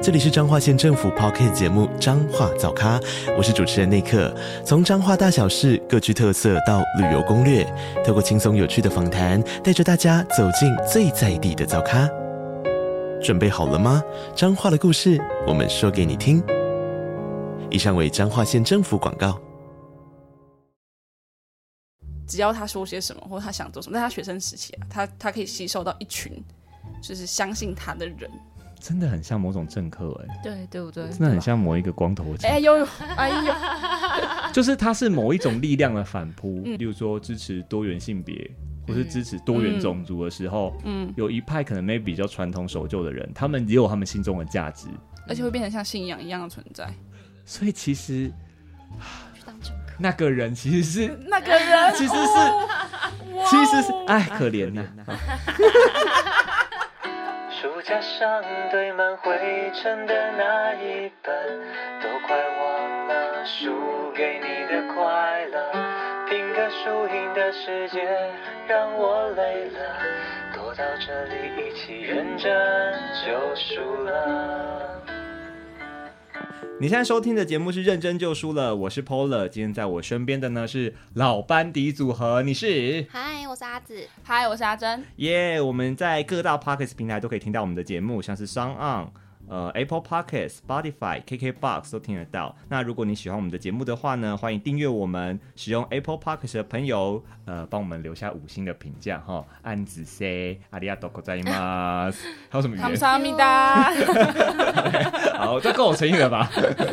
这里是彰化县政府 p o c k t 节目《彰化早咖》，我是主持人内克。从彰化大小事各具特色到旅游攻略，透过轻松有趣的访谈，带着大家走进最在地的早咖。准备好了吗？彰化的故事，我们说给你听。以上为彰化县政府广告。只要他说些什么或他想做什么，在他学生时期啊，他他可以吸收到一群就是相信他的人。真的很像某种政客哎、对对不对？真的很像某一个光头强，哎呦，哎呦，就是他是某一种力量的反扑，嗯例如说支持多元性别。或是支持多元种族的时候，嗯，有一派可能 maybe 比较传统守旧的人，他们也有他们心中的价值，而且会变成像信仰一样的存在。所以其实去当政客，那个人其实是 那个人 其实是，其实是，哎，可怜呐、书架上堆满灰尘的那一本，都快忘了输给你的快乐。拼个输赢的世界让我累了，躲到这里一起认真就输了。你现在收听的节目是《认真就输了》，我是 Pola，今天在我身边的呢是老班底组合，你是嗨，我是阿紫，嗨，我是阿珍，耶我们在各大 Pockets 平台都可以听到我们的节目，像是 s o n On。呃，Apple Pocket、Spotify、KKBox 都听得到。那如果你喜欢我们的节目的话呢，欢迎订阅我们。使用 Apple Pocket 的朋友，呃，帮我们留下五星的评价哈。暗子 C，阿里亚多口在 吗？还有什么语他们言？萨米 达，好，这够我诚意了吧？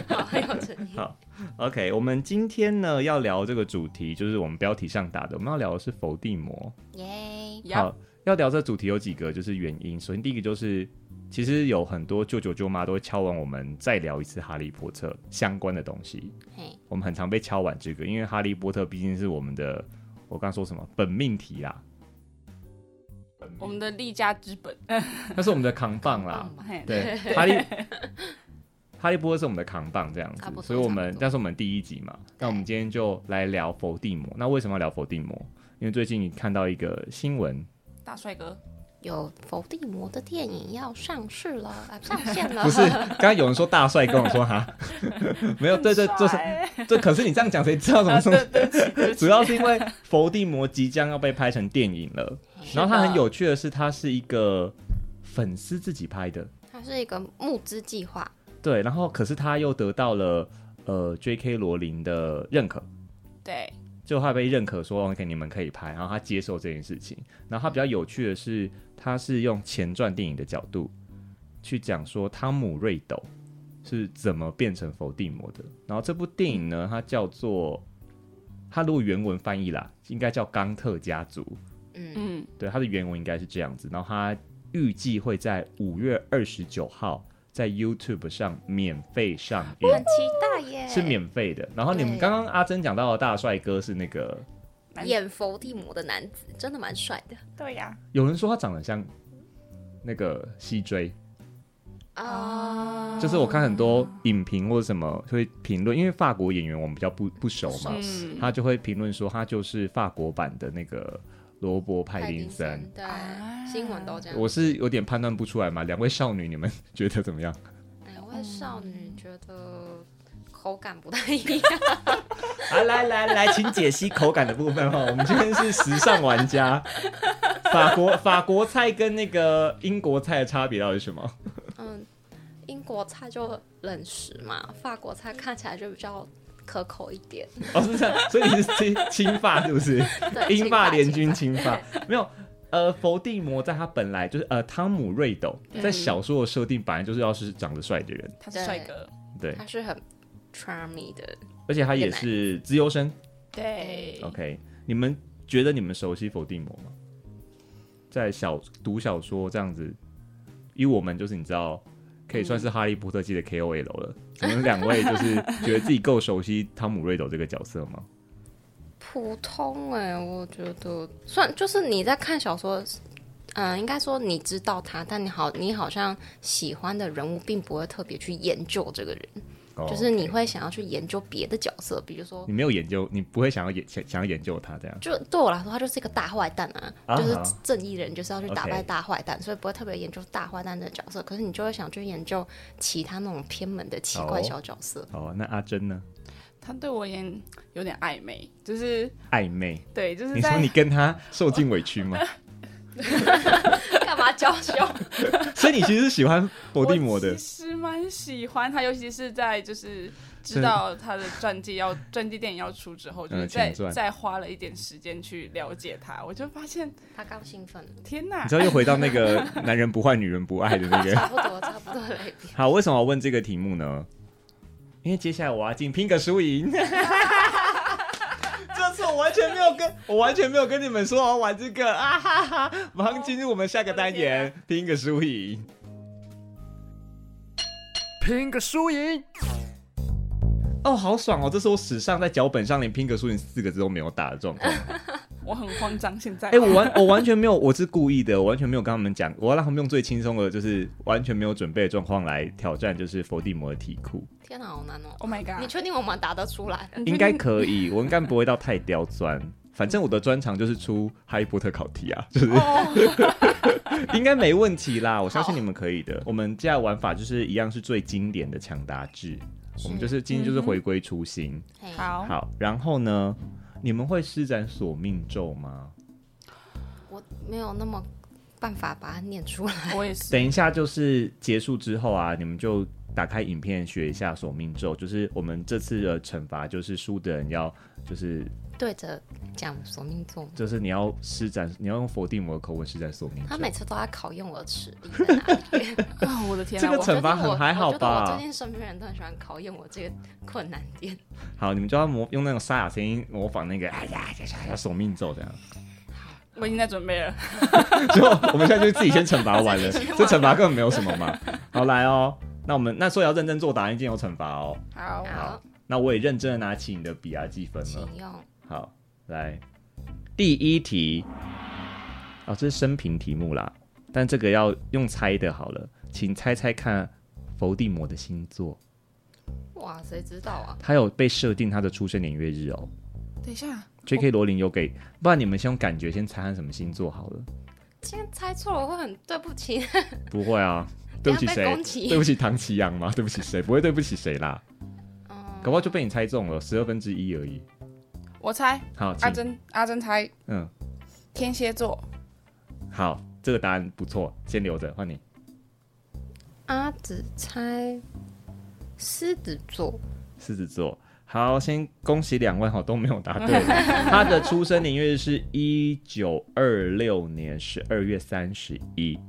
好，哦很有诚意。 OK，我们今天呢要聊这个主题，就是我们标题上打的，我们要聊的是伏地魔。耶，呀，好，要聊这主题有几个就是原因，首先第一个就是。其实有很多舅舅舅妈都会敲完我们再聊一次《哈利波特》相关的东西，嘿，我们很常被敲完这个，因为《哈利波特》毕竟是我们的，我刚说什么本命题 啦，我们的立家之本，那是我们的扛棒 啦，嘿对，哈利哈利波特是我们的扛棒这样子差不，多所以我差们不多但是我们第一集嘛，那我们今天就来聊伏地魔。那为什么要聊伏地魔？因为最近看到一个新闻，大帅哥，有伏地魔的电影要上市了，啊，上线 了，不 是刚刚有人说大帅跟我说哈， 没哦有，对对，很就帅是这，可是你这样讲谁知道什么东西？ 主要是因为伏地魔即将要被拍成电影了，然后它很有趣的是，它是一个粉丝自己拍的，它是一个募资计划，对，然后可是他又得到了呃 J.K. 罗琳的认可，对，就他被认可说哦 OK 你们可以拍，然后他接受这件事情。然后他比较有趣的是，他是用前传电影的角度去讲说汤姆瑞斗是怎么变成伏地魔的。然后这部电影呢，它叫做它如果原文翻译啦，应该叫《冈特家族》。嗯，嗯，对，它的原文应该是这样子。然后它预计会在五月二十九号在 YouTube 上免费上映，很期待耶，是免费的。然后你们对刚刚阿珍讲到的大帅哥是那个，演伏地魔的男子，真的蛮帅的对呀，有人说他长得像那个西追，哦啊，就是我看很多影评或者什么会评论，因为法国演员我们比较不不熟嘛，嗯，他就会评论说他就是法国版的那个罗伯派丁森。对，啊新闻都这样。我是有点判断不出来嘛，两位少女你们 觉得怎么样？两位哎少女嗯觉得口感不太一样， 好，来来来，请解析口感的部分哈。我们今天是时尚玩家，法国法国菜跟那个英国菜的差别到底是什么？嗯，英国菜就冷食嘛，法国菜看起来就比较可口一点。哦，是这样，所以你是亲亲发是不是？对英法联军亲发，没有。呃，伏地魔在他本来就是呃，汤姆瑞斗在小说的设定本来就是要是长得帅的人，他是帅哥，对，他是很 charming 的，而且他也是资优生。对， OK，你们觉得你们熟悉伏地魔吗？在小读小说这样子，以我们就是你知道，可以算是哈利波特界的 KOL 了。你们两位就是觉得自己够熟悉汤姆瑞斗这个角色吗？普通哎、我觉得算就是你在看小说，嗯、应该说你知道他，但你好，你好像喜欢的人物并不会特别去研究这个人，哦就是你会想要去研究别的角色，比如说你没有研究，你不会想要研想想要研究他这样。就对我来说，他就是一个大坏蛋啊啊就是好正义人就是要去打 OK 败大坏蛋所以不会特别研究大坏蛋的角色。可是你就会想去研究其他那种偏门的奇怪哦小角色。哦，那阿珍呢？他对我也有点暧昧，就是暧昧？对，就是你说在你跟他受尽委 屈吗？干嘛娇羞？所以你其实是喜欢伏我地魔的其，实蛮喜欢他，尤其是在就是是知道他的传记要传记电影要出之后，就是嗯再前传再花了一点时间去了解他，我就发现他刚兴奋了，天哪你知，道又回到那个男人不坏女人不爱的那个。 差不多差不多了一点。好，为什么我问这个题目呢？因为接下来我要进拼个 输赢。这次我完全没有跟，我完全没有跟你们说我要玩这个啊哈哈！马上进入我们下个单哦元，啊拼个输赢。拼个输赢。哦，好爽哦！这是我史上在脚本上连拼个输赢四个字都没有打的状况。我很慌张。现在，哎、我完我完全没有，我是故意的，我完全没有跟他们讲，我要让他们用最轻松的，就是完全没有准备的状况来挑战，就是伏地魔的题库，天哪，好难哦！ Oh my 你 god！确定我们答得出来？应该可以，我应该不会到太刁钻。反正我的专长就是出哈利波特考题啊，就是、 应该没问题啦，我相信你们可以的。我们接下来玩法就是一样是最经典的抢答制，我们就是今天就是回归初心。嘿，好，好，然后呢，你们会施展索命咒吗？我没有那么办法把它念出来。我也是。等一下，就是结束之后啊，你们就打开影片学一下索命咒。就是我们这次的惩罚，就是输的人要，就是 对着讲索命咒，就是你要施展，你要用佛地魔的口吻施展索命他咒。每次都在考验我的实力在哪里。啊，我的天这啊！个我惩罚很还好吧我觉得我最近身边人都很喜欢考验我这个困难点。好，你们就要模用那种沙哑声音模仿那个哎呀呀呀呀索命咒这样。我已经在准备了。就我们现在就自己先惩罚完了，自己先玩这惩罚根本没有什么嘛。好，来哦，那我们那说要认真作答，一定有惩罚哦。好，好，那我也认真的拿起你的笔啊记分了。啊请用。好，来，第一题，哦，这是生平题目啦，但这个要用猜的，好了，请猜猜看伏地魔的星座，哇，谁知道啊？他有被设定他的出生年月日哦。等一下， J.K. 罗琳有给，不然你们先用感觉先猜他什么星座好了。今天猜错了，我会很对不起。不会啊，对不起不要被谁攻？击对不起唐奇阳吗？对不起谁？不会对不起谁啦，嗯，搞不好就被你猜中了，十二分之一而已。我猜好，阿请珍，阿珍猜嗯，天蝎座。好，这个答案不错，先留着，换你。 阿紫猜狮子座，狮子座。好，先恭喜两位哈，都没有答 对。他的出生年月日是一九二六年十二月三十一，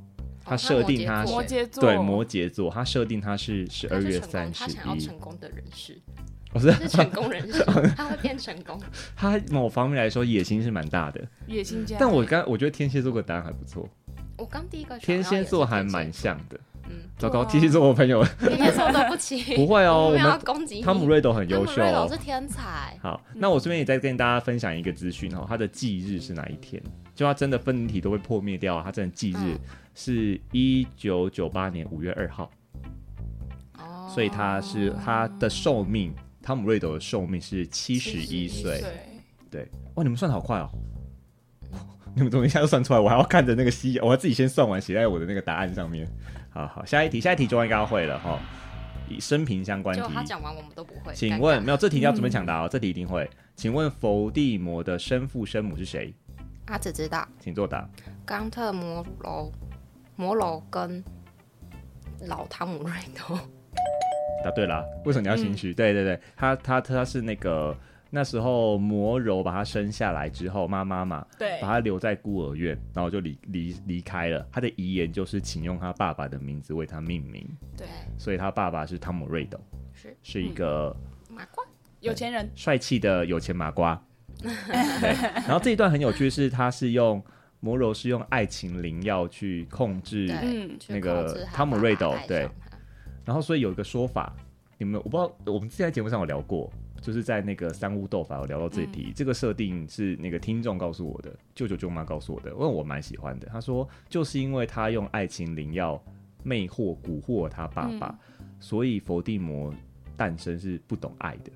他设定他哦是摩羯座，对摩羯座，他设定他是十他二是月成功三十他想要一成。功的人士，我是是成 功人士，他会变成功。他某方面来说野心是蛮大的，啊野心家。但我刚我觉得天蝎座的答案还不错，我刚第一个想到天也是蝎座还蛮天蝎像的。嗯糟糕，对啊天蝎座我朋友座，天蝎座对不起， 不会哦，我我没有要们攻击你。汤姆瑞斗很优汤姆秀瑞斗是哦。天才，好，那我这边也再跟大家分享一个资讯哦，他的忌日是哪一天？就他真的分离体都被破灭掉啊，他真的忌日嗯是一九九八年五月二号，哦所以他是他的寿命，汤姆瑞斗的寿命是七十一岁。对，对，哇，你们算的好快哦！ 你们怎么一下就算出来？我还要看着那个西，我要自己先算完，写在我的那个答案上面。好好，下一题，下一题就应该要会了哈。以生平相关题就，他讲完我们都不会。请尴尬问没有这题要准备抢答哦，这题一定会。请问伏地魔的生父生母是谁？阿紫知道请作答。冈特摩罗摩罗跟老汤姆瑞斗，答对了，为什么你要嗯心虚？对对对，他他他是那个那时候魔柔把他生下来之后，妈妈嘛，对把他留在孤儿院，然后就离离离开了。他的遗言就是请用他爸爸的名字为他命名，对，所以他爸爸是汤姆瑞斗，是是一个麻瓜。有钱人。帅气的有钱麻 瓜。对，然后这一段很有趣，是他是用魔柔是用爱情灵药去控制，对嗯去那个控制他汤姆爸瑞爸斗爱对上他然后所以有一个说法，你们我不知道，我们之前在节目上有聊过，就是在那个三屋斗啊法有聊到这一题，嗯这个设定是那个听众告诉我的，舅舅舅妈告诉我的，因为我蛮喜欢的。他说，就是因为他用爱情灵药魅惑蛊惑他爸爸，嗯所以伏地魔诞生是不懂爱的，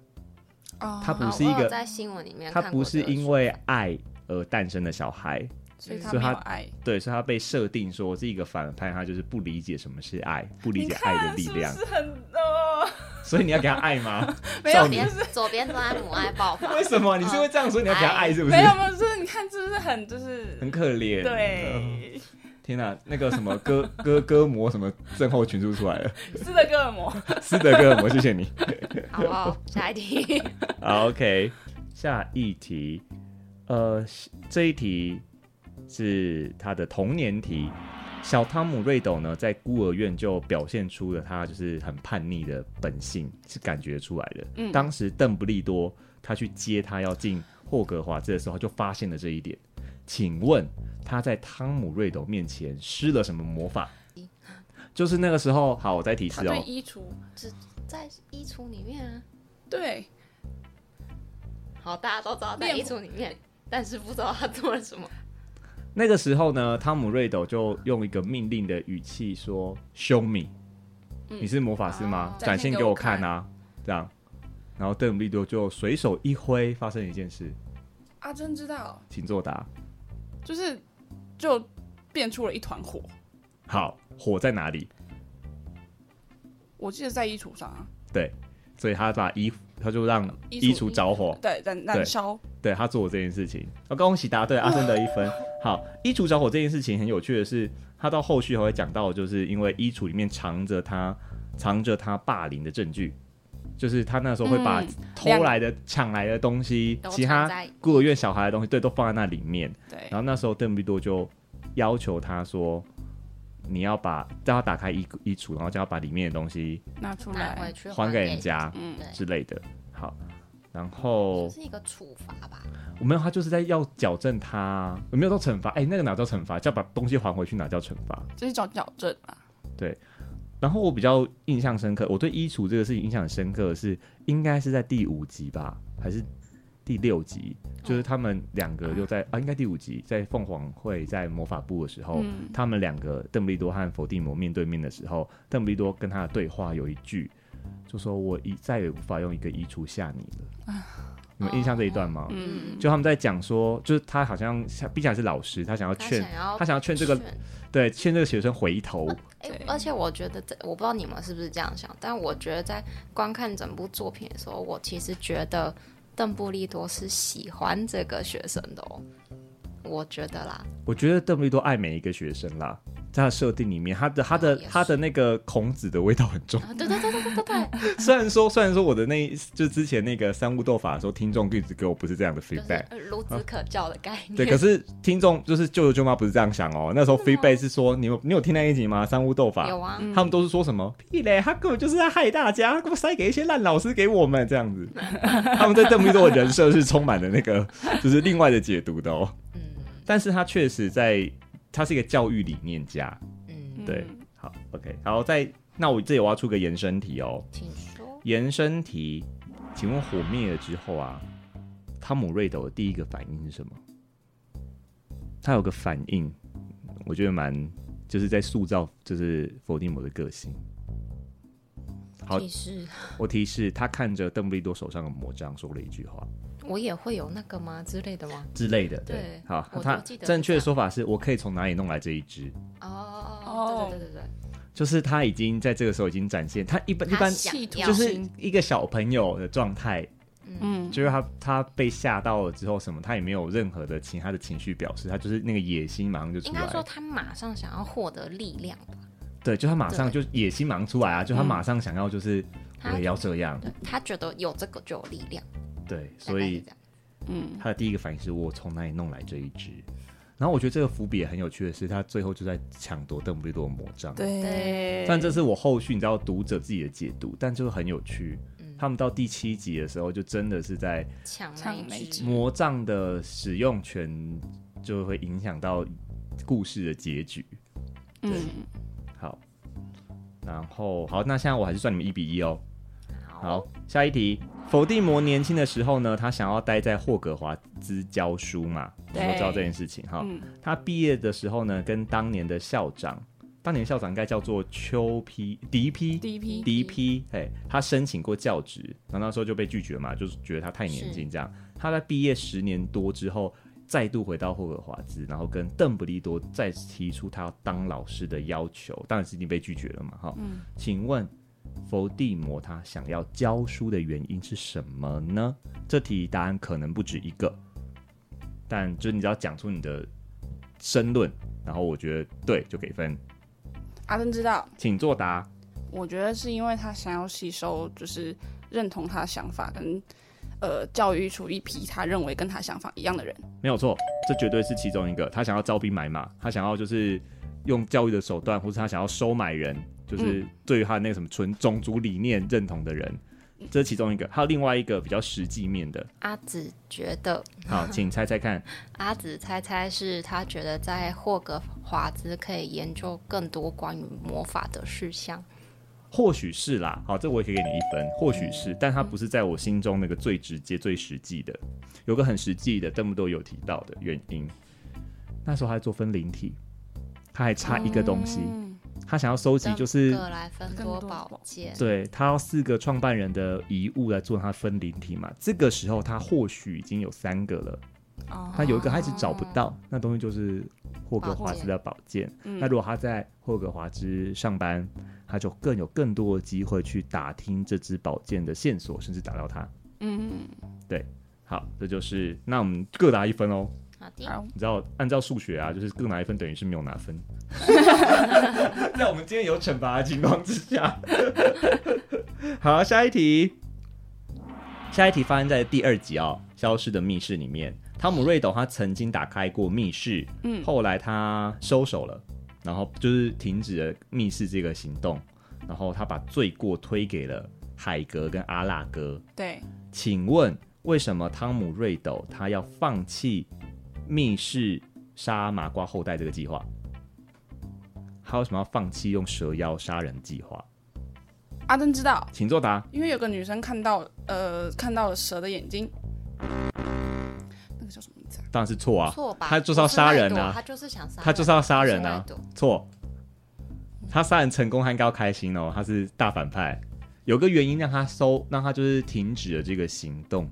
哦他不好是一我有个在新闻里面他看不过是这个因说为法爱而诞生的小孩，所以他所以没他有爱，对，所以他被设定说是一个反派，他就是不理解什么是爱，不理解爱的力 量，是很哦，所以你要给他爱吗？ 没有少左女边左边都在母爱 爆发，为什么你是会这样说？你要给他爱是不 是哎没？有没有，就是你看是不是很就是很可怜。呃对，天哪、那个什么歌 歌歌魔什么症候群就出来了，斯德哥尔 摩，斯德哥尔摩，谢谢你。好不好？下 一题，好，OK，下一题，呃，这一题是他的童年题。小汤姆·瑞斗呢，在孤儿院就表现出了他就是很叛逆的本性，是感觉出来的。嗯当时邓布利多他去接他要进霍格华兹的时候，他就发现了这一点。请问他在汤姆·瑞斗面前施了什么魔法？就是那个时候，好，我再提他示哦。对衣橱，在衣橱里面啊，对，好，大家都知道在恋衣橱里面，但是不知道他做了什么。那个时候呢，汤姆·瑞斗就用一个命令的语气说：“Show me，、你是魔法师吗？哦展现给我看啊！”这样，然后邓布利多就随手一挥，发生了一件事，阿珍知道，请作答。就是就变出了一团火，好，火在哪里？我记得在衣橱上啊，对，所以他把衣服，他就让衣衣橱橱着火，对，燃燃烧，哦对他做了这件事情。哦，恭喜答对，阿森得一 分。好，衣橱着火这件事情很有趣的是，他到后续还会讲到，就是因为衣橱里面藏着他藏着他霸凌的证据，就是他那时候会把嗯偷来的、抢来的东西，都其他藏在孤儿院小孩的东西，对，都放在那里面。对然，后那时候邓布利多就要求他说。你要把叫他打开衣衣橱，然后叫他把里面的东西拿出拿回来，去还给人，家嗯，对，之类的。好，然后就是一个处罚吧。我没有，他就是在要矫正他，有没有到惩罚？哎、那个哪叫惩罚？叫把东西还回去，哪叫惩罚？这是一种矫正啊，然后我比较印象深刻，我对衣橱这个事情印象很深刻的是，应该是在第五集吧，还是第六集？就是他们两个又在、啊，应该第五集，在凤凰会在魔法部的时候，嗯他们两个邓布利多和伏地魔面对面的时候，邓布利多跟他的对话有一句，就说我一再也无法用一个衣橱吓你了。你们印象这一段吗？嗯，就他们在讲说，就是他好像毕竟还是老师，他想要他劝想要他想要劝这个对劝这个学生回头，哎、对而且我觉得这，我不知道你们是不是这样想，但我觉得在观看整部作品的时候，我其实觉得邓布利多是喜欢这个学生的哦。我觉得啦，我觉得邓布利多爱每一个学生啦，在他的设定里面，他的他的哦也是他的那个孔子的味道很 重。啊对对对对对对对，虽然说虽然说我的那一就之前那个三巫斗法的时候，听众一直给我不是这样的就 feedback，是孺子可教的概念。对，可啊是听众就是舅舅舅妈不是这样想哦。那时候 feedback 是说，你有你有听那一集吗？三巫斗法有啊，他们都是说什么屁嘞，他根本就是在害大家，他给我塞给一些烂老师给我们这样子。 他们对邓布利多的人设是充满了那个， 就是另外的解读的哦。嗯但是他确实在，他是一个教育理念家。嗯，对，好，OK，好，再那我这里挖出个延伸题哦，请说。延伸题，请问火灭了之后啊，汤姆瑞斗的第一个反应是什么？他有个反应，我觉得蛮就是在塑造就是伏地魔的个性。好其实我提示他看着邓布利多手上的魔杖，说了一句话我也会有那个吗之类的吗？之类的。对好我，他我记得是正确这的样说法是我可以从哪里弄来这一只？哦，对对对对就是他已经在这个时候已经展现他一般对，一他般想要就是一个小朋友的状态，嗯，就是他他被吓到了之后什么，他也没有任何的其他的情绪表示，他就是那个野心马上就应出该说来，他马上想要获得力量吧，对，就他马上就野心马上出来啊，就他马上想要就是他我也要这样，对他觉得有这个就有力量，对，大所概是以这样。嗯他的第一个反应是我从哪里弄来这一只。然后我觉得这个伏笔也很有趣的是，他最后就在抢夺邓布利多的魔杖。对，但这是我后续你知道读者自己的解读，但就是很有趣。他们到第七集的时候，就真的是在抢那抢那一一只只魔杖的使用权就会影响到故事的结局。嗯，好，然后好，那现在我还是算你们一比一哦。好好，下一题。否定魔年轻的时候呢，他想要待在霍格华兹教书嘛？我们都知道这件事情哈。嗯，他毕业的时候呢，跟当年的校长，当年校长应该叫做丘批迪批第一批第一批，哎，他申请过教职，然后那时候就被拒绝嘛，就是觉得他太年轻这样。他在毕业十年多之后，再度回到霍格华兹，然后跟邓布利多再提出他要当老师的要求，当然是已经被拒绝了嘛，哈。嗯请问伏地魔他想要教书的原因是什么呢？这题答案可能不止一个，但就是你只要讲出你的申论，然后我觉得对就给分，阿珍知道，请作答。我觉得是因为他想要吸收，就是认同他的想法跟。呃，教育出一批他认为跟他想法一样的人，没有错，这绝对是其中一个。他想要招兵买马，他想要就是用教育的手段，或是他想要收买人，就是对于他那个什么纯种族理念认同的人，这是其中一个。还有另外一个比较实际面的，阿紫觉得，好，请猜猜看。阿紫猜猜是他觉得在霍格华兹可以研究更多关于魔法的事项。或许是啦，好，这我也可以给你一分，或许是，但它不是在我心中那个最直接、最实际的。有个很实际的，邓布利多有提到的原因，那时候他在做分灵体，他还差一个东西，嗯他想要收集就是格莱芬多宝剑，对他要四个创办人的遗物来做他分灵体嘛。这个时候他或许已经有三个了，哦，他有一个他一直找不到，那东西就是霍格华兹的宝剑。嗯那如果他在霍格华兹上班，他就更有更多的机会去打听这支宝剑的线索，甚至打到它。嗯，好，这就是那我们各拿一分哦。好嗯的，好，你知道，按照数学啊，就是各拿一分等于是没有拿分。在我们今天有惩罚的情况之下，好，下一题。下一题发生在第二集哦，《消失的密室》里面，汤姆·瑞斗他曾经打开过密室，嗯后来他收手了，然后就是停止了密室这个行动，然后他把罪过推给了海格跟阿拉哥，对，请问为什么汤姆·瑞斗他要放弃密室杀麻瓜后代这个计划？他为什么要放弃用蛇妖杀人计划？阿珍知道，请作答。因为有个女生看到呃看到了蛇的眼睛，那个叫什么名字啊？当然是错啊，错吧？他就是要杀人不是赖啊朵他就是想杀人，他就是要杀人啊不是赖朵错。他杀人成功，他应该要开心哦，他是大反派。有个原因让他收，让他就是停止了这个行动。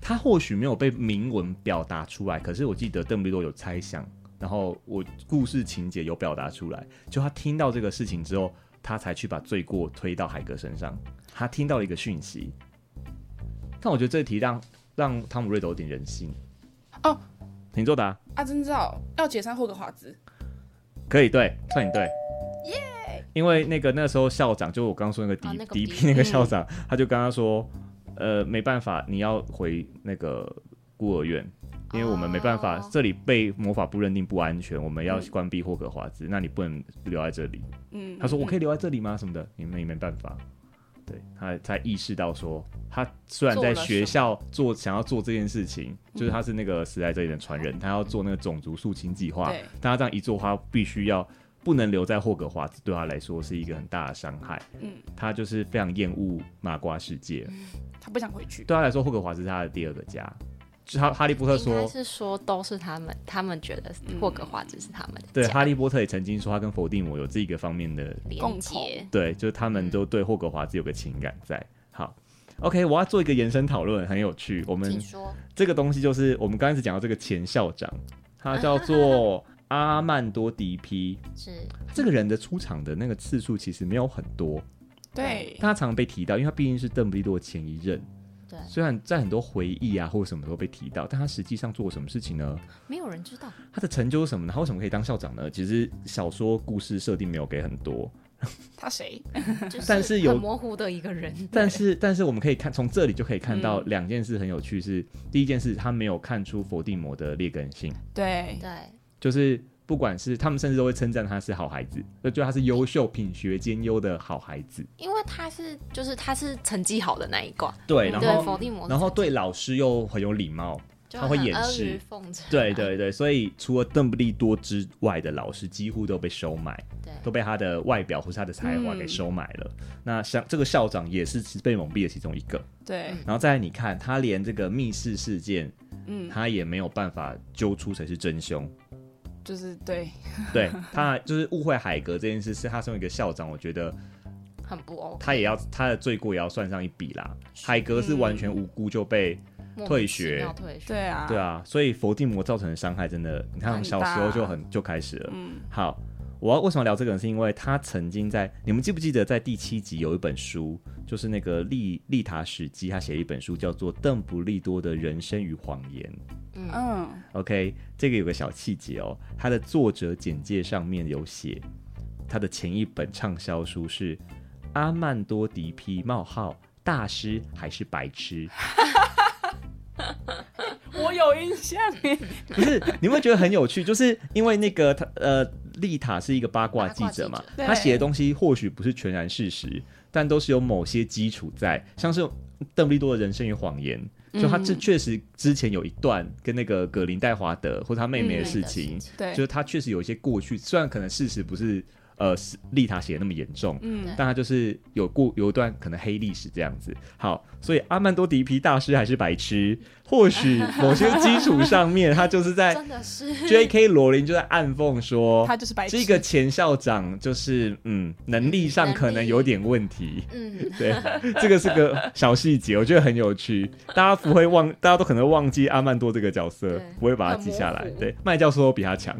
他或许没有被明文表达出来，可是我记得邓布利多有猜想，然后我故事情节有表达出来。就他听到这个事情之后，他才去把罪过推到海格身上。他听到了一个讯息，但我觉得这题让让汤姆瑞德有点人性哦。请作答，阿珍知道要解散霍格华兹，可以对，算你对。因为那个那时候校长，就我刚说那个迪、哦那个迪迪比那个校长，他就跟他说，呃，没办法，你要回那个孤儿院，因为我们没办法，哦嗯这里被魔法部认定不安全，我们要关闭霍格华兹，那你不能留在这里。嗯，他说我可以，以留在这里吗？什么的，你们也没办法。对他才意识到说，他虽然在学校做想要做这件事情，就是他是那个时代这里的传人，他要做那个种族肃清计划对，但他这样一做，他必须要不能留在霍格华兹，对他来说是一个很大的伤害。嗯，他就是非常厌恶麻瓜世界，他不想回去，对他来说，霍格华兹是他的第二个家。就他哈利波特应说该，是说都是他们，他们觉得霍格华兹是他们的对家哈利波特也曾经说，他跟伏地魔有这个方面的共连同接。对，就是他嗯们都对霍格华兹有个情感在。好，OK，我要做一个延伸讨论，很有趣。我们请说，这个东西就是我们刚开始讲到这个前校长，他叫 做阿曼多迪皮。是这个人的出场的那个次数其实没有很多，对但，他常被提到，因为他毕竟是邓布利多的前一任。对虽然在很多回忆啊或者什么时候被提到，但他实际上做过什么事情呢？没有人知道，他的成就是什么呢？他为什么可以当校长呢？其实小说故事设定没有给很多，他谁？ 就但是有很模糊的一个人，但是，但是我们可以看从这里就可以看到嗯两件事很有趣是，第一件事他没有看出伏地魔的劣根性，对，对就是不管是他们甚至都会称赞他是好孩子，就觉得他是优秀、品学兼优的好孩子。因为他是就是他是成绩好的那一挂，对，嗯然对后否定魔，然后对老师又很有礼貌，就他会很掩阿饰谀奉承啊。对对嗯对，所以除了邓布利多之外的老师，几乎都被收买，都对，被他的外表或是他的才华给嗯收买了。那像这个校长也是其实被蒙蔽的其中一个。对，然后再来你看，他连这个密室事件，嗯，他也没有办法揪出谁是 真凶。就是对，对他就是误会海格这件事，是他身为一个校长，我觉得很不 OK，他也要他的罪过也要算上一笔啦。海格是完全无辜就被，莫名退其学妙退学，对啊，对，啊，所以伏地魔造成的伤害真的，你看很小时候大就很就开始了。嗯，好，我要为什么聊这个呢？是因为他曾经在你们记不记得在第七集有一本书，就是那个利利塔史基，他写了一本书叫做《邓布利多的人生与谎言》。嗯， OK，这个有个小细节哦，它的作者简介上面有写，他的前一本畅销书是《阿曼多迪皮冒号大师还是白痴》。 我有印象耶，不是，你会觉得很有趣，就是因为那个他呃，丽塔是一个八卦记者嘛八卦，记者他写的东西或许不是全然事实，但都是有某些基础在，像是邓布利多的人生与谎言。就他这嗯确实之前有一段跟那个格林戴华德或他妹妹的对事的情， 对，就是他确实有一些过去，虽然可能事实不是呃是丽塔写的那么严重，嗯，但他就是有过有一段可能黑历史这样子。好，所以阿曼多迪皮大师还是白痴，或许某些基础上面，他就是在 真的是 J.K. 罗琳就在暗讽 说他，就是白痴，这个前校长就是嗯，能力上可能有点问题。嗯， 对，这个是个小细节，我觉得很有趣。大家不会忘，大家都可能忘记阿曼多这个角色对，不会把它记下来很。模糊对，麦教授都比他强。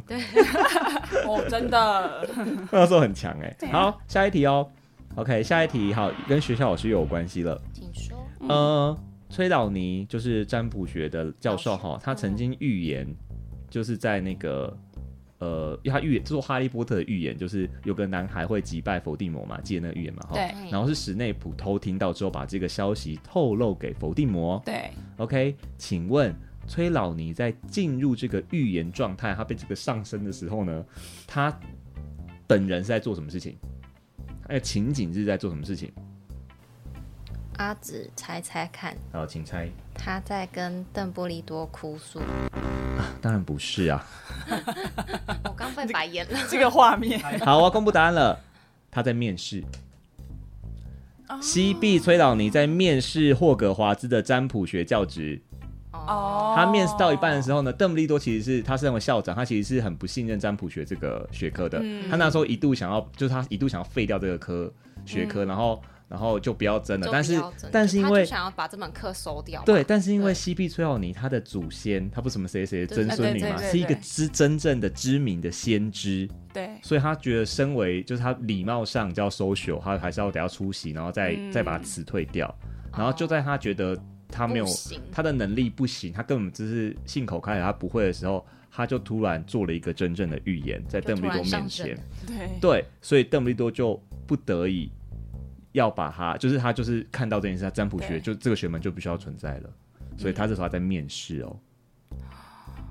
哦，真的， 那时候很强哎、对啊好，下一题哦。OK，下一题好，跟学校老师有关系了。请说，嗯呃，崔导尼就是占卜学的教授嗯哈，他曾经预言，就是在那个呃，因为他预言做哈利波特的预言，就是有个男孩会击败伏地魔嘛，记得那个预言嘛哈。对哎然后是史内普偷听到之后，把这个消息透露给伏地魔。对， OK，请问崔老尼在进入这个预言状态，他被这个上升的时候呢，他本人是在做什么事情？那个情景是在做什么事情？阿紫猜猜看，好，请猜。他在跟邓布利多哭诉，当然不是啊。我刚被白眼 了，这个画面，好，我要公布答案了。他在面试。西壁崔老尼在面试霍格华兹的占卜学教职。哦，他面试到一半的时候呢，邓布利多其实是他身为校长，他其实是很不信任占卜学这个学科的。嗯他那时候一度想要，就是他一度想要废掉这个科学科，然后然后就不要争了。嗯就但比是较真但就是因他就为想要把这门课收掉嘛，对，但是因为对西壁崔奥尼他的祖先，他不是什么谁谁的对曾孙女对对嘛，对是一个对知真正的知名的先知，对，所以他觉得身为就是他礼貌上就要 social，他还是要得要出席，然后再、嗯再把他辞退掉。然后就在他觉得他没有哦不行他的能力不行，他根本只是信口开河，他不会的时候，他就突然做了一个真正的预言，在就邓布突利多然面上前阵。，对，对，所以邓布利多就不得已要把他，就是他就是看到这件事，他占卜学对就这个学门就必须要存在了，嗯所以他这时候还在面试哦。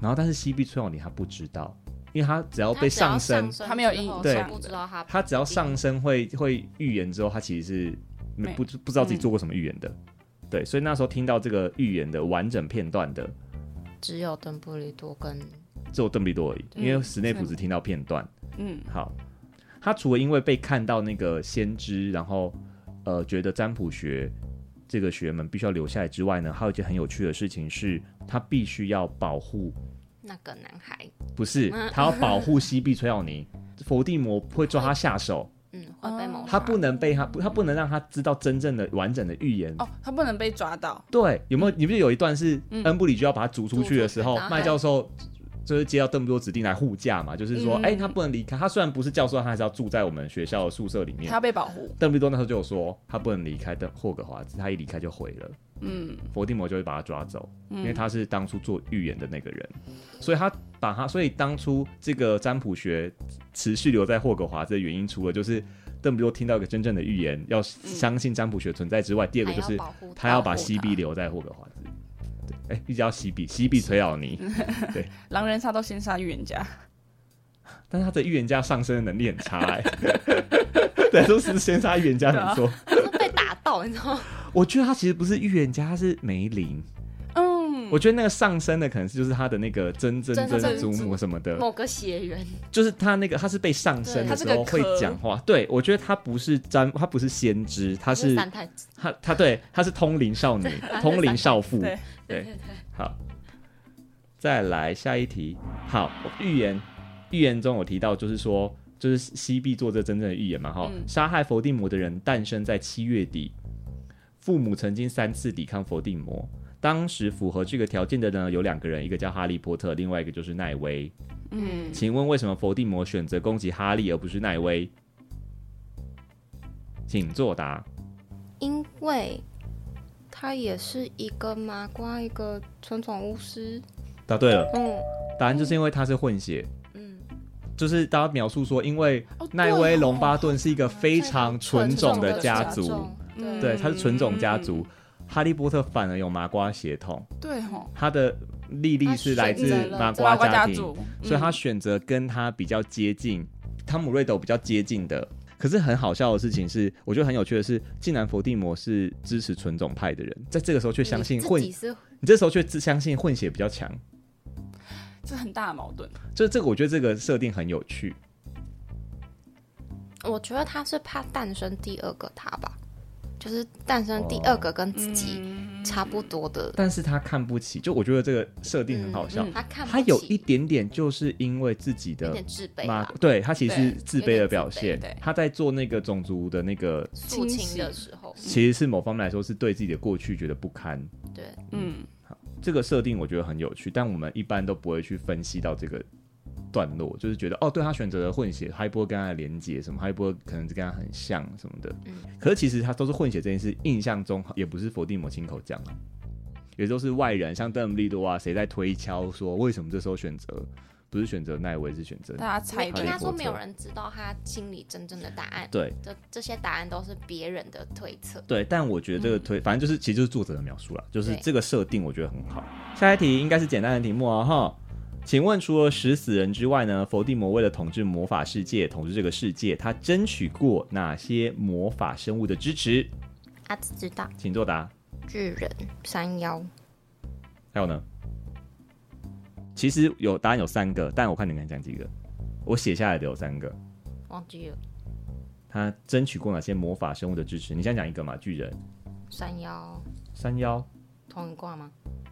然后，但是西壁崔永尼他不知道，因为他只要他被只要上上身，身他没有之印后对就不知道他他只要上身会会预言之后，他其实是没没不知不知道自己做过什么预言的。对，所以那时候听到这个预言的完整片段的，只有邓布利多跟只有邓布利多而已，因为史内普只听到片段。嗯，好，他除了因为被看到那个先知，然后呃觉得占卜学这个学门必须要留下来之外呢，还有一件很有趣的事情是，他必须要保护，那个男孩，不是嗯他要保护西壁崔奥尼，伏地魔会抓他下手，嗯，会被谋杀他不能被他不他不能让他知道真正的完整的预言。哦，他不能被抓到，对，有没有？你不是有一段是嗯恩布里就要把他逐出逐去的出时去候然，后麦还教授就是接到邓布多指定来护驾嘛，就是说，嗯哎、他不能离开。他虽然不是教授，他还是要住在我们学校的宿舍里面他。要被保护，邓布利多那时候就有说，他不能离开邓霍格华兹，他一离开就毁了，嗯，伏地魔就会把他抓走，因为他是当初做预言的那个人，所以他把他，所以当初这个占卜学持续留在霍格华兹的原因，除了就是邓布利多听到一个真正的预言，要相信占卜学存在之外，第二个还就是要保护他要把保护 CB 留在霍格华兹。对，哎、一直叫 CB，CB 崔奥尼，狼人杀都先杀预言家，但是他的预言家上升的能力很差、哎， 对，都是先杀预言家，对啊你说， 他是被打到，你知道吗？我觉得他其实不是预言家，他是梅林。嗯，我觉得那个上升的可能是就是他的那个曾曾曾曾曾祖母什么的，某个血缘，就是他那个他是被上升对的他时是个候会壳讲话。对，我觉得他不是占，他不是先知，他就是是三太子，他他对他是通灵少 女，通灵少妇。啊对对，好，再来下一题。好，预言预言中有提到，就是说，就是西壁做这真正的预言嘛，哈、嗯杀害伏地魔的人诞生在七月底，父母曾经三次抵抗伏地魔。当时符合这个条件的呢，有两个人，一个叫哈利波特，另外一个就是奈威。嗯，请问为什么伏地魔选择攻击哈利而不是奈威？请作答。因为他也是一个麻瓜，一个纯种巫师，答对了，嗯答案就是因为他是混血。嗯，就是大家描述说，因为哦奈威龙巴顿是一个非常纯种的家纯族种，对哦对，他是纯种家嗯族。哈利波特反而有麻瓜血统，对哦吼，他的莉莉是来自他选择了麻瓜瓜家家庭，族，所以他嗯选择跟他比较接近，汤姆瑞斗比较接近的。可是很好笑的事情是，我觉得很有趣的是，竟然伏地魔是支持纯种派的人，在这个时候却相信你混，自己是你这时候却自相信混血比较强，这很大的矛盾。就这个我觉得这个设定很有趣。我觉得他是怕诞生第二个他吧，就是诞生第二个哦跟自己差不多的。但是他看不起，就我觉得这个设定很好笑。嗯嗯他看不他有起一点点就是因为自己有的点自卑妈啦，，对他其实是对自有卑点的自表卑现对。他在做那个种族的那个，父亲亲戚的时候，其实是某方面来说是对自己的过去觉得不堪。对，嗯，这个设定我觉得很有趣，但我们一般都不会去分析到这个段落，就是觉得哦，对他选择了混血，哈利波特跟他的连接什么，哈利波特可能是跟他很像什么的。嗯可是其实他都是混血这件事，印象中也不是伏地魔亲口讲啊，也都是外人，像邓布利多啊，谁在推敲说为什么这时候选择不是选择奈威，是选择大家猜哈利应对啊该波说没有特人知道他心里真正的答案。对这这些答案都是别人的推测。对，但我觉得这个推，反正就是其实就是作者的描述了，就是嗯对这个设定我觉得很好。下一题应该是简单的题目哦，哈。请问除了食死人之外呢，伏地魔为了统治魔法世界、统治这个世界，他争取过哪些魔法生物的支持？阿紫啊知道，请作答。巨人、山妖，还有呢？其实有答案有三个，但我看你们讲几个。我写下来的有三个。忘记了他争取过哪些魔法生物的支持？你先讲一个嘛，巨人、山妖山妖。同一卦吗？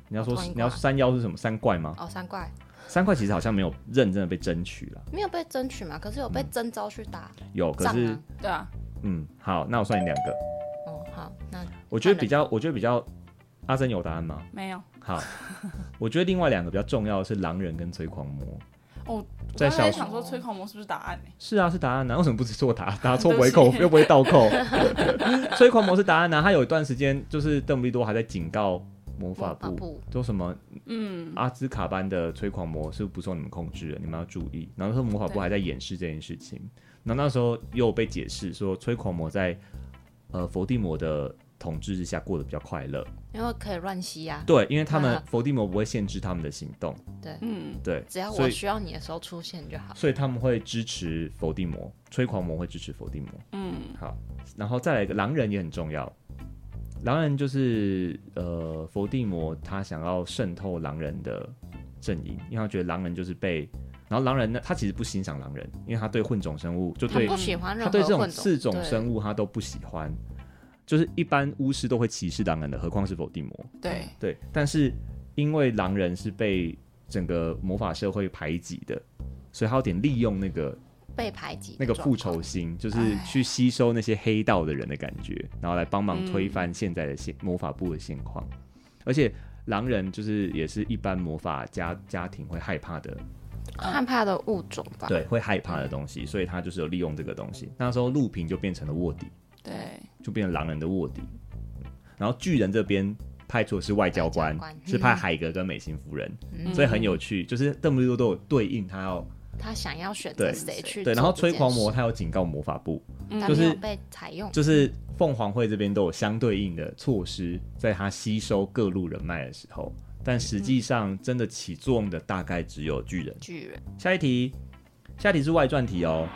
你要说同一啊你要怪山妖是什么？山怪吗？哦，三怪三块其实好像没有认真的被争取了，没有被争取嘛，可是有被征召去打有，可仗是啊。对啊，嗯，好，那我算你两个。哦，好，那我觉得比较，我觉得比较，阿珍有答案吗？没有。好，我觉得另外两个比较重要的是狼人跟催狂魔。我在刚才小想说催狂魔是不是答案欸呢？是啊，是答案呢、为什么不是做答？答错回扣又不会倒扣。 催狂魔是答案呢、他有一段时间就是邓布利多还在警告魔法魔法部部，说什么嗯，阿兹卡班的催狂魔是不受你们控制的，你们要注意。然后说魔法部对还在掩饰这件事情，然后那时候又被解释说催狂魔在呃伏地魔的统治之下过得比较快乐，因为可以乱吸啊，对，因为他们啊伏地魔不会限制他们的行动，对，嗯，对，只要所我以需要你的时候出现就好。所以他们会支持伏地魔，催狂魔会支持伏地魔，嗯，好，然后再来一个狼人也很重要。狼人就是呃，伏地魔他想要渗透狼人的阵营，因为他觉得狼人就是被，然后狼人呢，他其实不欣赏狼人，因为他对混种生物就他对不喜欢任他何对这种混种四种生物他都不喜欢，就是一般巫师都会歧视狼人的，何况是伏地魔。对，对，但是因为狼人是被整个魔法社会排挤的，所以他有点利用那个被排挤的那个状复况哎仇心，就是去吸收那些黑道的人的感觉，然后来帮嗯忙推翻现在的现、魔法部的现况。而且狼人就是也是一般魔法家家庭会害怕的，害怕的物种吧。对，会害怕的东西，所以他就是有利用这个东西。那时候陆平就变成了卧底，对，就变成狼人的卧底。然后巨人这边派出的是外交官，外交官是派海格跟美心夫人，嗯所以很有趣，就是邓布利多都有对应他要他想要选对择谁去对，然后催狂魔做他有警告魔法部，这就件事，但没是有被采用。就是凤凰会这边都有相对应的措施，在他吸收各路人脉的时候，但实际上真的起作用的大概只有巨人。嗯巨人下一题，下一题是外传题哦，